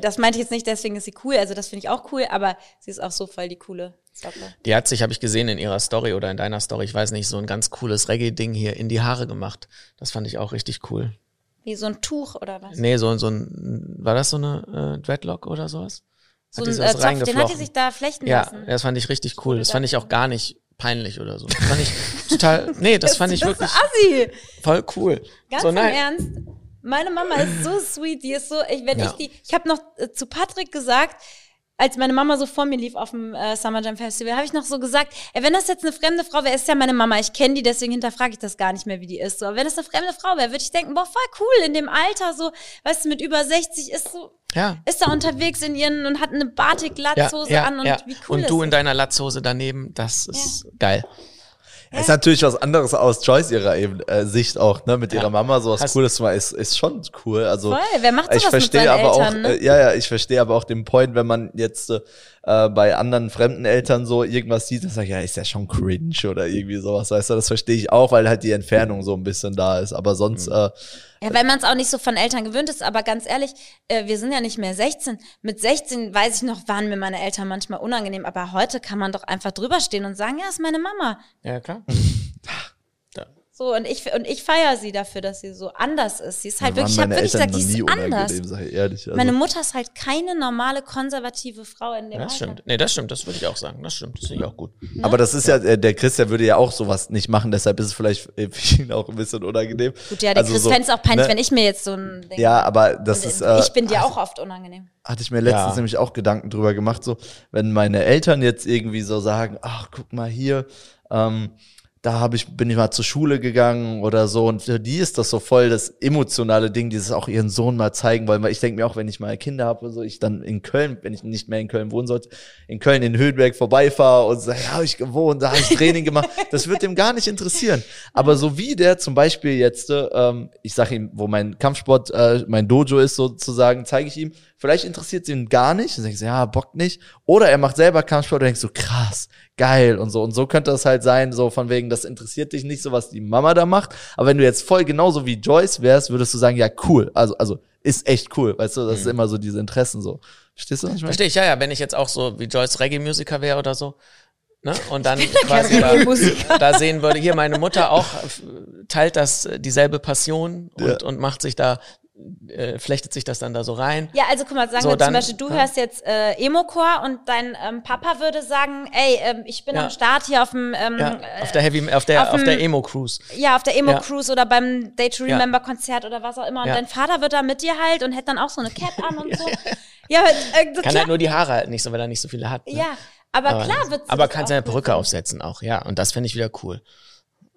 Das meinte ich jetzt nicht, deswegen ist sie cool. Also das finde ich auch cool, aber sie ist auch so voll die coole Socke.
Die hat sich, habe ich gesehen in ihrer Story oder in deiner Story, ich weiß nicht, so ein ganz cooles Reggae-Ding hier in die Haare gemacht. Das fand ich auch richtig cool.
Wie so ein Tuch oder was?
Nee, so, so ein, war das so eine äh, Dreadlock oder sowas?
so
Hat
ein
die
äh, Zopf, den hat sie
reingeflochten?
sich da flechten
Ja,
lassen.
das fand ich richtig cool. Das fand ich auch gar nicht peinlich oder so. Das fand ich total, nee, das fand ich
das
wirklich
ist assi.
voll cool.
Ganz
so,
im
nein,
Ernst. Meine Mama ist so sweet, die ist so, ich wenn
Ja.
ich die ich habe noch äh, zu Patrick gesagt, als meine Mama so vor mir lief auf dem äh, Summer Jam Festival, habe ich noch so gesagt, ey, wenn das jetzt eine fremde Frau wäre, ist ja meine Mama, ich kenne die, deswegen hinterfrage ich das gar nicht mehr, wie die ist. So, aber wenn das eine fremde Frau wäre, würde ich denken, boah, voll cool in dem Alter, so, weißt du, mit über 60 ist so,
Ja.
ist da unterwegs in ihren und hat eine
Ja,
Batik-Latzhose
ja,
an und
ja.
wie cool
und du
ist
in deiner Latzhose daneben, das ist geil.
Ist natürlich was anderes aus Joyce ihrer eben, äh, Sicht auch, ne? Mit ihrer Mama sowas
Hast-
Cooles zu machen, ist, ist schon cool. Also
Voll, wer macht
ich
sowas mit
verstehe
seinen
aber
Eltern,
auch,
ne?
äh, ja, ja, ich verstehe aber auch den Point, wenn man jetzt äh, äh, bei anderen fremden Eltern so irgendwas sieht, dann sag ich, ja, ist ja schon cringe oder irgendwie sowas, weißt du? Das verstehe ich auch, weil halt die Entfernung so ein bisschen da ist. Aber
Mhm.
sonst, äh,
Halt Ja, weil man es auch nicht so von Eltern gewöhnt ist, aber ganz ehrlich, äh, wir sind ja nicht mehr 16. Mit 16 weiß ich noch, waren mir meine Eltern manchmal unangenehm, aber heute kann man doch einfach drüber stehen und sagen, ja, ist meine Mama.
Ja, klar.
So, und ich, und ich feiere sie dafür, dass sie so anders ist. Sie ist halt
mir waren
wirklich, ich habe
meine
wirklich
Eltern
gesagt, die
noch
ist
nie
anders.
unangenehm, sag ich ehrlich. Also,
Meine Mutter ist halt keine normale, konservative Frau in dem
Das
Alter.
stimmt. Nee, das stimmt. Das würde ich auch sagen. Das stimmt. Das finde ich auch gut.
Ne?
aber das ist ja, äh, der Christian würde ja auch sowas nicht machen, deshalb ist es vielleicht äh, für ihn auch ein bisschen unangenehm.
Gut, ja, der
Also
Chris
so,
fänd's auch peinlich,
ne?
wenn ich mir jetzt so ein Ding.
Ja, aber das ist. Äh,
Also ich bin dir auch oft unangenehm.
hatte ich mir letztens
Ja.
nämlich auch Gedanken drüber gemacht, so wenn meine Eltern jetzt irgendwie so sagen, ach guck mal hier, ähm, da habe ich bin ich mal zur Schule gegangen oder so und für die ist das so voll das emotionale Ding, dieses auch ihren Sohn mal zeigen wollen, weil ich denke mir auch, wenn ich mal Kinder habe und so, ich dann in Köln, wenn ich nicht mehr in Köln wohnen sollte, in Köln in Höhenberg vorbeifahre und sage, ja, habe ich gewohnt, da habe ich Training gemacht, das wird dem gar nicht interessieren. Aber so wie der zum Beispiel jetzt, äh, ähm, ich sage ihm, wo mein Kampfsport, äh, mein Dojo ist sozusagen, zeige ich ihm, vielleicht interessiert es ihn gar nicht, dann denkst du, ja, Bock nicht. Oder er macht selber Kampfsport und denkst so, krass, geil und so. Und so könnte das halt sein, so von wegen, das interessiert dich nicht, so was die Mama da macht. Aber wenn du jetzt voll genauso wie Joyce wärst, würdest du sagen, ja, cool. Also, also ist echt cool, weißt du, das ist immer so diese Interessen so. Verstehst du? was ich meine?
Verstehe Mhm. ich, ja, ja. Wenn ich jetzt auch so wie Joyce Reggae-Musiker wäre oder so. Ne? Und dann quasi
genau,
da,
Reggae-Musiker.
da sehen würde, hier meine Mutter auch äh, teilt das äh, dieselbe Passion und, und macht sich da, äh, flechtet sich das dann da so rein.
Ja, also guck mal, sagen
So,
wir
dann-
zum Beispiel, du
ja.
hörst jetzt äh, Emo-Chor und dein ähm, Papa würde sagen, ey, ähm, ich bin
Ja.
am Start hier auf dem, ähm,
Ja, auf der Heavy, auf der,
auf
auf der
dem-
Emo Cruise.
ja, auf der
Ja.
Emo-Cruise oder beim Day to
Ja.
Remember-Konzert oder was auch immer. Und
Ja.
dein Vater wird da mit dir halt und hätte dann auch so eine Cap an und so. Ja, aber, äh, so
Kann
klar,
halt nur die Haare halt nicht so, weil er nicht so viele hat. Ne?
ja aber, klar wird
Aber kann seine Perücke aufsetzen auch, ja. Und das fände ich wieder cool.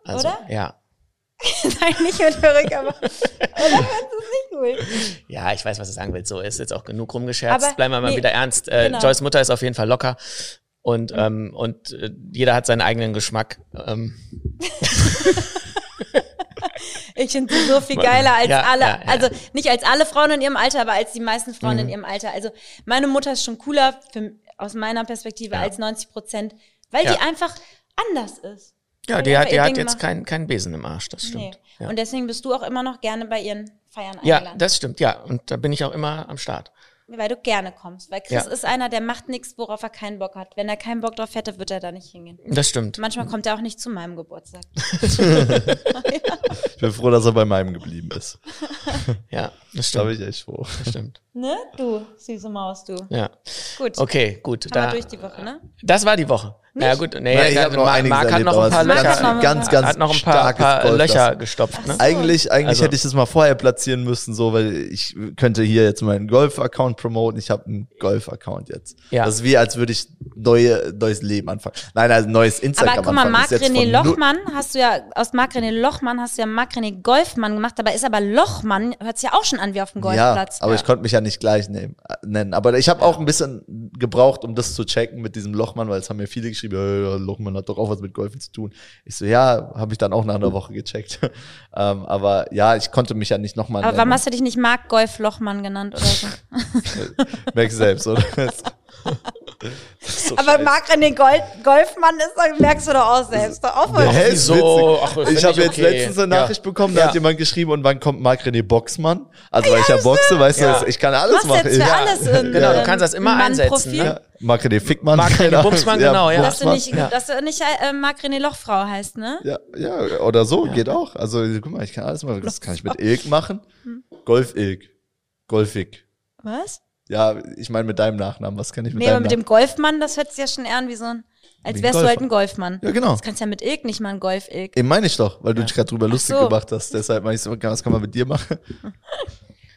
Also,
Oder?
ja.
Nein, nicht mit Perücke, aber. Oder findest du es nicht cool?
Ja, ich weiß, was du sagen willst. So ist jetzt auch genug rumgescherzt.
Aber
Bleiben wir mal
nee,
wieder ernst. Äh,
genau. Mhm.
Joyce Mutter ist auf jeden Fall locker. Und, ähm, und äh, jeder hat seinen eigenen Geschmack. Ähm,
Ich finde sie so viel geiler als
Ja,
alle,
ja, Mhm. ja.
also nicht als alle Frauen in ihrem Alter, aber als die meisten Frauen in ihrem Alter. Also meine Mutter ist schon cooler für, aus meiner Perspektive
Ja.
als 90 Prozent, weil
Ja.
die einfach anders ist.
ja,
Weil
die hat,
einfach
die
ihr
hat
Ding
jetzt
macht.
keinen keinen Besen im Arsch, das
Nee.
stimmt. Ja.
Und deswegen bist du auch immer noch gerne bei ihren Feiern
ja,
eingeladen,
das stimmt, ja. Und da bin ich auch immer am Start.
weil du gerne kommst. Weil Chris
Ja.
ist einer, der macht nichts, worauf er keinen Bock hat. Wenn er keinen Bock drauf hätte, wird er da nicht hingehen.
Das stimmt.
Manchmal kommt er auch nicht zu meinem Geburtstag.
Ich bin froh, dass er bei meinem geblieben ist.
Ja, das
Da
stimmt.
bin ich echt froh.
Das stimmt.
Ne? Du, süße Maus, du.
Ja.
Gut.
Okay, gut.
Haben
da,
wir durch die Woche, ne?
Das war die Woche. Na ja, gut, nee,
Nein, ich
da-
hab noch
Ma-
einiges
Marc hat
erlebt,
noch
aber
ein
es
paar
ist
ganz,
Löcher,
ganz, ganz
hat noch ein paar,
starkes
paar
Golf, das-
Löcher gestopft. Ne?
Eigentlich, eigentlich
Also-
hätte ich das mal vorher platzieren müssen, so, weil ich könnte hier jetzt meinen Golf-Account promoten. Ich habe einen Golf-Account jetzt.
Ja.
Das ist wie, als würde ich neue, neues Leben anfangen. Nein, also neues Instagram
Aber guck mal,
anfangen. Das ist jetzt
Marc-René
von null-
Lochmann hast du ja, aus Marc-René Lochmann hast du ja Marc-René Golfmann gemacht, dabei ist aber Lochmann, hört sich ja auch schon an wie auf dem Golfplatz.
Ja, aber ich konnte mich ja nicht gleich nehmen, äh, nennen. Aber ich habe auch ein bisschen gebraucht, um das zu checken mit diesem Lochmann, weil es haben mir viele geschrieben, äh, Lochmann hat doch auch was mit Golfen zu tun. Ich so, ja, habe ich dann auch nach einer Woche gecheckt. ähm, aber ja, ich konnte mich ja nicht nochmal
aber
nennen.
warum hast du dich nicht Marc Golf Lochmann genannt oder so?
Merk selbst, oder? Das ist so scheiße.
Marc-René Gold- Golfmann ist, doch- merkst du doch auch selbst. Doch auch
Hä, ist
Wieso?
witzig.
Ach,
ich
das find
habe
ich
jetzt
okay.
letztens eine
Ja.
Nachricht bekommen, da
Ja.
hat jemand geschrieben, und wann kommt Marc-René Boxmann? Also, weil ich ja boxe, weißt
Ja.
du, also ich kann alles
machst
machen.
jetzt für
Ja.
alles in,
Genau, du
ähm,
kannst das immer
Mann
einsetzen,
Profil.
ne?
Marc-René Fickmann.
Marc-René
keine Ahnung.
Buxmann, genau, ja.
Dass du nicht,
Ja.
dass du nicht äh, Marc-René Lochfrau heißt, ne?
Ja, ja, oder so geht auch. Also guck mal, ich
Hm.
kann alles machen. Das kann ich mit Ilk machen. Golf Ilk. Golfig.
Was?
Ja, ich meine mit deinem Nachnamen, was kann ich mit
Nee, aber
deinem
mit dem Golfmann, das hört sich ja schon eher an wie so ein, als
Wie ein
wärst du halt
Golfer.
ein Golfmann.
Ja, genau.
Das kannst ja mit Ilk nicht mal ein Golf-Ilk.
Eben meine ich doch, weil du dich gerade drüber lustig
so.
gemacht hast. Deshalb meine ich so, was kann man mit dir machen?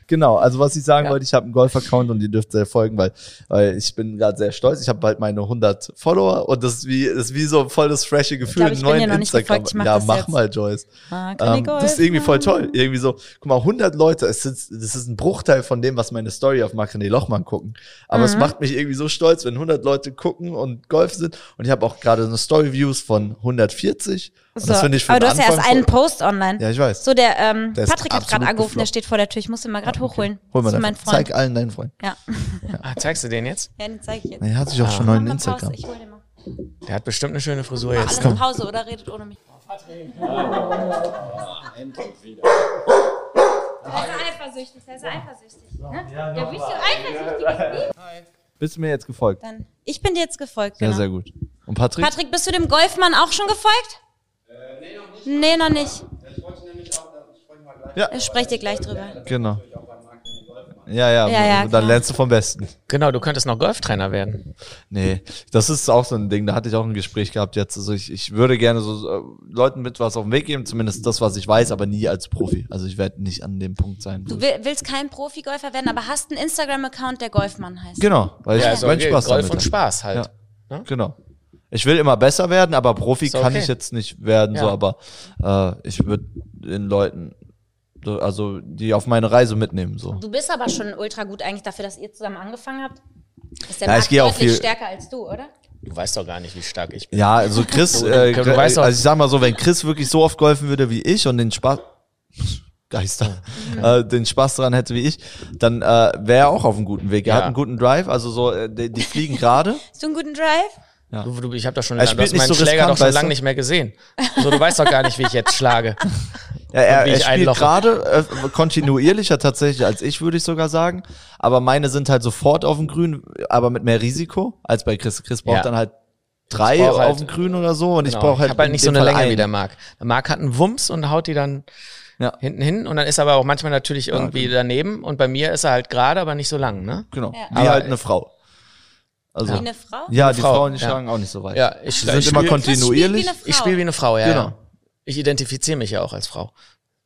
genau, also was ich sagen wollte, ich habe einen Golf-Account und ihr dürft sehr folgen, weil, weil ich bin gerade sehr stolz. Ich habe bald meine 100 Follower und das ist wie, das ist wie so voll das frische Gefühl.
glaube, ich
einen
bin
neuen
dir noch nicht
Instagram.
gefolgt, ich mach
ja,
das
mach
jetzt.
mal, Joyce.
Ah, kann
Ähm,
ich
das ist irgendwie voll
Golfmann?
toll. Irgendwie so, guck mal, 100 Leute, es ist, das ist ein Bruchteil von dem, was meine Story auf Makrené Lochmann gucken. Aber
Mhm.
es macht mich irgendwie so stolz, wenn 100 Leute gucken und Golf sind. Und ich habe auch gerade eine Story-Views von 140. Und das
So,
finde ich für
aber du
den
hast ja erst
Anfang
einen
voll-
Post online.
Ja, ich weiß.
So, der ähm,
Der ist
Patrick hat gerade
absolut
angerufen, der
gefloppt.
steht vor der Tür. Ich muss ihn mal gerade hochholen.
Hol mal
das ist
deinen
mein Freund.
Zeig allen deinen Freund.
Ja.
Also-
Ah, zeigst du den jetzt?
ja, den zeige ich jetzt.
Er hat sich auch schon
Mach
neuen
mal
Instagram.
Pause, ich hol den mal.
Der hat bestimmt eine schöne Frisur jetzt.
Alles in Pause oder redet ohne mich. Er ist eifersüchtig, er ist eifersüchtig. Ne? Ja, bist du eifersüchtig?
Bist du mir jetzt gefolgt?
Dann, ich bin dir jetzt gefolgt,
Ja,
genau.
sehr gut. Und Patrick?
Patrick, bist du dem Golfmann auch schon gefolgt? Äh, Nee, noch nicht.
Ja.
Ich spreche dir gleich drüber.
Genau. Ja, ja,
Ja, ja,
dann
klar.
lernst du vom Besten.
Genau, du könntest noch Golftrainer werden.
Nee, das ist auch so ein Ding, da hatte ich auch ein Gespräch gehabt jetzt. Also ich, ich würde gerne so äh, Leuten mit was auf den Weg geben, zumindest das, was ich weiß, aber nie als Profi. Also ich werde nicht an dem Punkt sein. wo
Du
ich-
will- willst kein Profi-Golfer werden, aber hast einen Instagram-Account, der Golfmann heißt.
genau, weil ich
Ja, also
meinen
okay,
Spaß
Golf
damit
und
habe.
Spaß halt.
Ja,
Ne?
genau. Ich will immer besser werden, aber Profi
Ist okay.
kann ich jetzt nicht werden, so,
Ja.
aber äh, ich würde den Leuten, so, also die auf meine Reise mitnehmen, so.
Du bist aber schon ultra gut eigentlich dafür, dass ihr zusammen angefangen habt. Ist der
Ja, ich
Marc
gehe auch
deutlich
viel-
stärker als du, oder?
Du weißt doch gar nicht, wie stark ich bin.
Ja, also Chris, äh,
Du weißt doch-
also ich sag mal so, wenn Chris wirklich so oft golfen würde wie ich und den Spaß Geister,
Mhm.
äh, den Spaß daran hätte wie ich, dann äh, wäre er auch auf einem guten Weg. Er
Ja.
hat einen guten Drive, also so, äh, die, die fliegen gerade.
Hast du einen guten Drive?
Du, du, ich habe doch schon
Er
lange,
spielt
du hast
nicht
meinen
so
Schläger
riskant,
doch schon
weißt
lange
du?
nicht mehr gesehen. So, du weißt doch gar nicht, wie ich jetzt schlage.
Ja, er,
Und wie
er
ich
spielt
einloche.
gerade äh, kontinuierlicher tatsächlich als ich, würde ich sogar sagen. Aber meine sind halt sofort auf dem Grün, aber mit mehr Risiko als bei Chris. Chris braucht
Ja.
dann halt drei
Ich brauch
auf
halt-
dem Grün oder so und ich
Genau.
brauche halt,
hab halt nicht so
in
eine
dem Fall
Länge wie
einen.
der Marc. Der Marc hat einen Wumms und haut die dann
Ja.
hinten hin und dann ist er aber auch manchmal natürlich irgendwie daneben und bei mir ist er halt gerade, aber nicht so lang, ne?
Genau,
Ja.
wie
Aber-
halt eine Frau. Also
Wie eine Frau?
Ja, die
Frau,
Frauen die
ja.
schlagen auch nicht so weit.
Ja, ich,
Die
ich
sind immer
spiel-
Chris spielt
kontinuierlich.
wie eine Frau.
Ich spiele wie eine Frau, ja.
Genau.
ja. Ich identifiziere mich ja auch als Frau.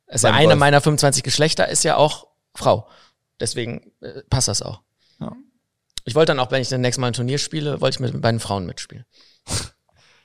Also
Beim
eine
Golf.
meiner 25 Geschlechter ist ja auch Frau. Deswegen äh, passt das auch.
Ja.
Ich wollte dann auch, wenn ich dann nächstes Mal ein Turnier spiele, wollte ich mit beiden Frauen mitspielen.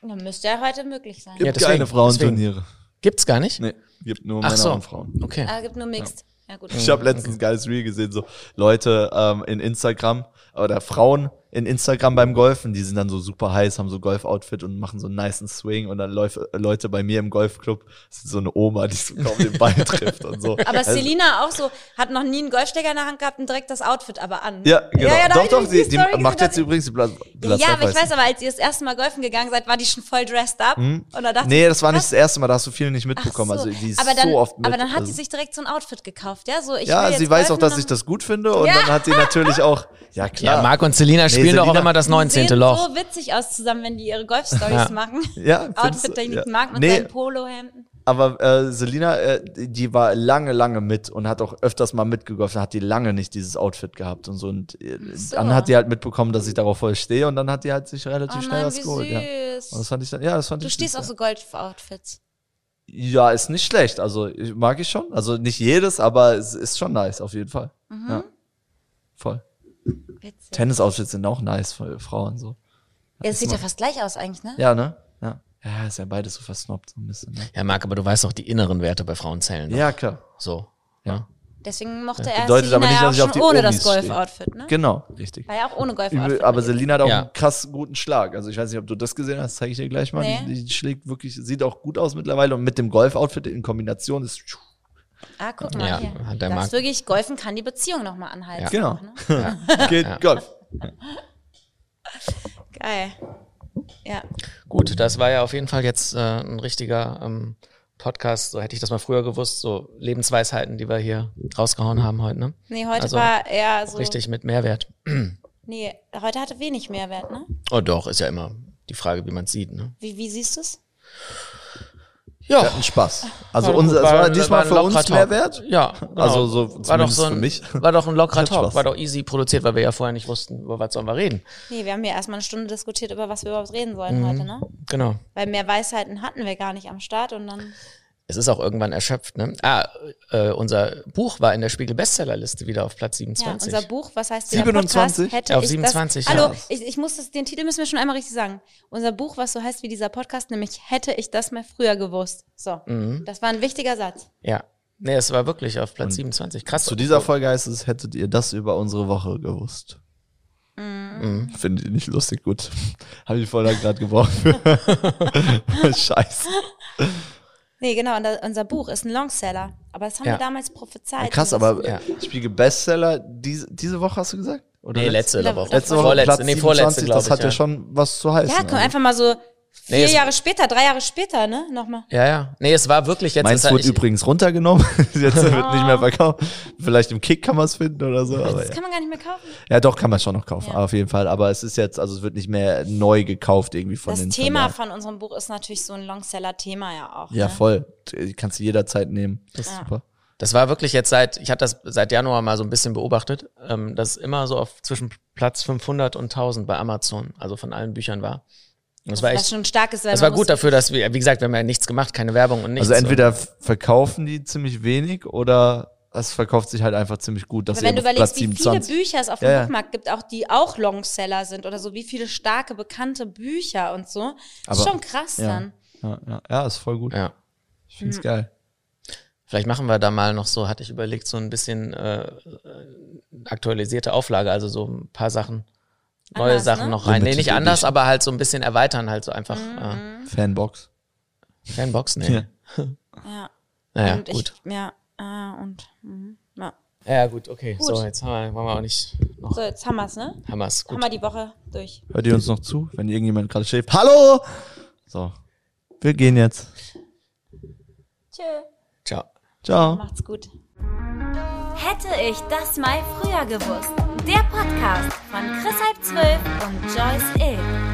Dann müsste ja heute möglich sein.
Gibt
Ja, deswegen,
keine Frauenturniere.
Gibt's gar nicht?
Nee, gibt nur
Ach
Männer
so.
und Frauen.
Okay.
Ah, gibt nur Mixed. Ja, gut.
Ich habe letztens ein geiles Reel gesehen, so Leute ähm, in Instagram oder Frauen in Instagram beim Golfen, die sind dann so super heiß, haben so Golf-Outfit und machen so einen nicen Swing und dann läuft, äh, Leute bei mir im Golfclub, das ist so eine Oma, die so kaum den Ball trifft und so.
Aber
Also-
Selina auch so, hat noch nie einen Golfstecker in der Hand gehabt und direkt das Outfit aber an.
Ja, genau.
da hab
doch,
ich
doch,
nämlich
die, die
Story gesehen,
macht
da
jetzt
hab
übrigens die Bla
ich- Ja, aber ich
Blatt-
weiß aber, als ihr das erste Mal golfen gegangen seid, war die schon voll dressed up. Und da dachte
Hm. Nee,
ich,
das war nicht
krass.
das erste Mal, da hast du viel nicht
Ach
mitbekommen.
so.
Also die ist
aber dann,
so oft mit.
Aber dann hat
also-
die sich direkt so ein Outfit gekauft, ja? So, ich will
Ja,
jetzt
sie weiß auch,
golfen
dass
und
ich
dann-
das gut finde und
Ja.
dann hat sie natürlich auch, ja klar.
Ja, Marc und Selina spielen
Selina-
doch auch immer das 19.
sehen
Loch.
so witzig aus zusammen, wenn die ihre Golf-Stories
Ja.
machen.
Ja, findest du?
Outfit-Technik
Ja.
mag mit
Nee.
seinen Polohemden.
Aber äh, Selina, äh, die war lange, lange mit und hat auch öfters mal mitgegolfen, hat die lange nicht dieses Outfit gehabt und so. Und äh,
so.
dann hat die halt mitbekommen, dass ich darauf voll stehe und dann hat die halt sich relativ
Oh
schnell
Mann,
was
wie
geholt. Ja.
süß.
Und das fand ich dann, ja, das fand
Du
ich
stehst
süß,
auf so Golf-Outfits.
ja. ja, ist nicht schlecht. Also ich, mag ich schon. Also nicht jedes, aber es ist schon nice, auf jeden Fall.
Mhm.
Ja. Voll.
Witzig.
Tennis-Outfits sind auch nice für Frauen so.
Ja, das sieht ja fast gleich aus eigentlich, ne?
Ja, ne? Ja. Ja, ist ja beides so versnobbt, so ein bisschen. Ne?
Ja, Marc, aber du weißt doch, die inneren Werte bei Frauen zählen. Ja.
Ja, klar.
So. ne?
Ja.
Deswegen mochte er
Bedeutet
Selina
aber nicht,
ja
dass ich
auch
auf
schon
die
ohne
Omis
das Golf-Outfit, ne?
Genau, richtig.
War ja auch ohne
Übel,
Golf-Outfit.
aber Selina hat auch
Ja.
einen krass guten Schlag. Also ich weiß nicht, ob du das gesehen hast, zeige ich dir gleich mal.
Nee.
Die, die schlägt wirklich, sieht auch gut aus mittlerweile und mit dem Golf-Outfit in Kombination ist.
Ah, guck mal
Ja,
hier.
hat der
das
Marc-
wirklich, Golfen kann die Beziehung nochmal anhalten.
Ja.
Genau.
Auch, ne?
Geht
Ja.
Golf.
Geil. Ja.
Gut, das war ja auf jeden Fall jetzt äh, ein richtiger ähm, Podcast. So hätte ich das mal früher gewusst. So Lebensweisheiten, die wir hier rausgehauen haben heute. Ne?
Nee, heute
Also,
war eher so.
Richtig mit Mehrwert.
Nee, heute hatte wenig Mehrwert, ne?
Oh doch, ist ja immer die Frage, wie man sieht. Ne?
Wie, wie siehst du es?
Wir
Ja,
hatten Spaß. Also
doch
unser,
gut,
es war
war- war
diesmal
ein
für uns
lockerer
mehr
Talk.
wert.
ja. Genau.
Also so
war doch
zumindest
so ein,
für mich.
War doch ein lockerer
Hat
Talk,
Spaß.
war doch easy produziert, weil wir ja vorher nicht wussten, über was sollen wir reden.
Nee, wir haben ja erstmal eine Stunde diskutiert, über was wir überhaupt reden wollen heute, ne?
Genau.
Weil mehr Weisheiten hatten wir gar nicht am Start und dann.
Es ist auch irgendwann erschöpft, ne? Ah, äh, unser Buch war in der Spiegel Bestsellerliste wieder auf Platz
Ja,
27.
unser Buch, was heißt dieser
27?
Podcast? Hätte
Ja, auf
ich
27,
Das,
ja.
Hallo, ich, ich muss das, den Titel müssen wir schon einmal richtig sagen. Unser Buch, was so heißt wie dieser Podcast, nämlich hätte ich das mal früher gewusst. So,
Mhm.
das war ein wichtiger Satz.
ja. Nee, es war wirklich auf Platz 27. Krass.
Zu dieser Folge heißt es, hättet ihr das über unsere Woche gewusst. Mhm. Finde ich nicht lustig, gut. Habe ich vorher gerade gebraucht. für. Scheiße.
Nee, genau, und da, unser Buch ist ein Longseller. Aber das haben
Ja.
wir damals prophezeit.
Ja, krass, aber
Ja.
Spiegel Bestseller, diese, diese Woche hast du gesagt? Oder
Nee, letzte
Le-
Woche.
letzte Woche
vorletzte,
Platz
nee, vorletzte,
27,
glaube ich.
Das hat ja.
ja.
schon was zu heißen.
Ja, komm einfach mal so vier
Nee, es-
Jahre später, drei Jahre später, ne? Nochmal.
Ja, ja. Nee, es war wirklich jetzt.
Meins
es hat-
wurde
ich-
übrigens runtergenommen. Jetzt wird nicht mehr verkauft. Vielleicht im Kick kann man es finden oder so. Aber
Das
ja.
kann man gar nicht mehr kaufen.
ja, doch, kann man schon noch kaufen.
Ja.
Auf jeden Fall. Aber es ist jetzt, also es wird nicht mehr neu gekauft irgendwie von
das
den
Thema
Verlagen.
von unserem Buch ist natürlich so ein Longseller-Thema ja auch.
Ja,
ne?
voll. Die Kannst du jederzeit nehmen. Das ist
Ja.
super.
Das war wirklich jetzt seit, ich habe das seit Januar mal so ein bisschen beobachtet, ähm, dass es immer so auf zwischen Platz 500 und 1000 bei Amazon, also von allen Büchern war. Und das war
Was
echt,
schon stark ist, weil
das
man
war gut
muss-
dafür, dass wir, wie gesagt, wir haben ja nichts gemacht, keine Werbung und nichts.
Also entweder f- verkaufen die ziemlich wenig oder es verkauft sich halt einfach ziemlich gut. Dass
Aber wenn du
sie auf Platz
überlegst, wie viele
27.
Bücher es auf dem
Ja, ja.
Buchmarkt gibt, auch die auch Longseller sind oder so, wie viele starke, bekannte Bücher und so, das ist
Aber-
schon krass
ja,
dann. Mhm.
ja, ja, ja, ist voll gut.
Und, ja.
Ich find's geil.
Vielleicht machen wir da mal noch so, hatte ich überlegt, so ein bisschen äh, aktualisierte Auflage, also so ein paar Sachen, neue
Anders,
Sachen
ne?
noch rein. Nee,
Limited
nicht anders,
Edition.
aber halt so ein bisschen erweitern, halt so einfach.
Mhm.
Fanbox.
Äh, Fanbox, nee.
Ja.
Ja.
Naja,
und
gut.
Ich, ja, ah, und mhm. ja.
Ja, gut, okay.
Gut.
So, jetzt haben wir, wollen wir auch nicht noch
So, jetzt haben wir's, ne?
Hammers.
Haben
Gut.
wir die Woche durch.
Hört ihr uns noch zu, wenn irgendjemand gerade schläft? Hallo! So. Wir gehen jetzt.
Tschö.
Ciao.
Ciao.
Macht's gut.
Hätte ich das mal früher gewusst. Der Podcast von Chris Halb Zwölf und Joyce Ill.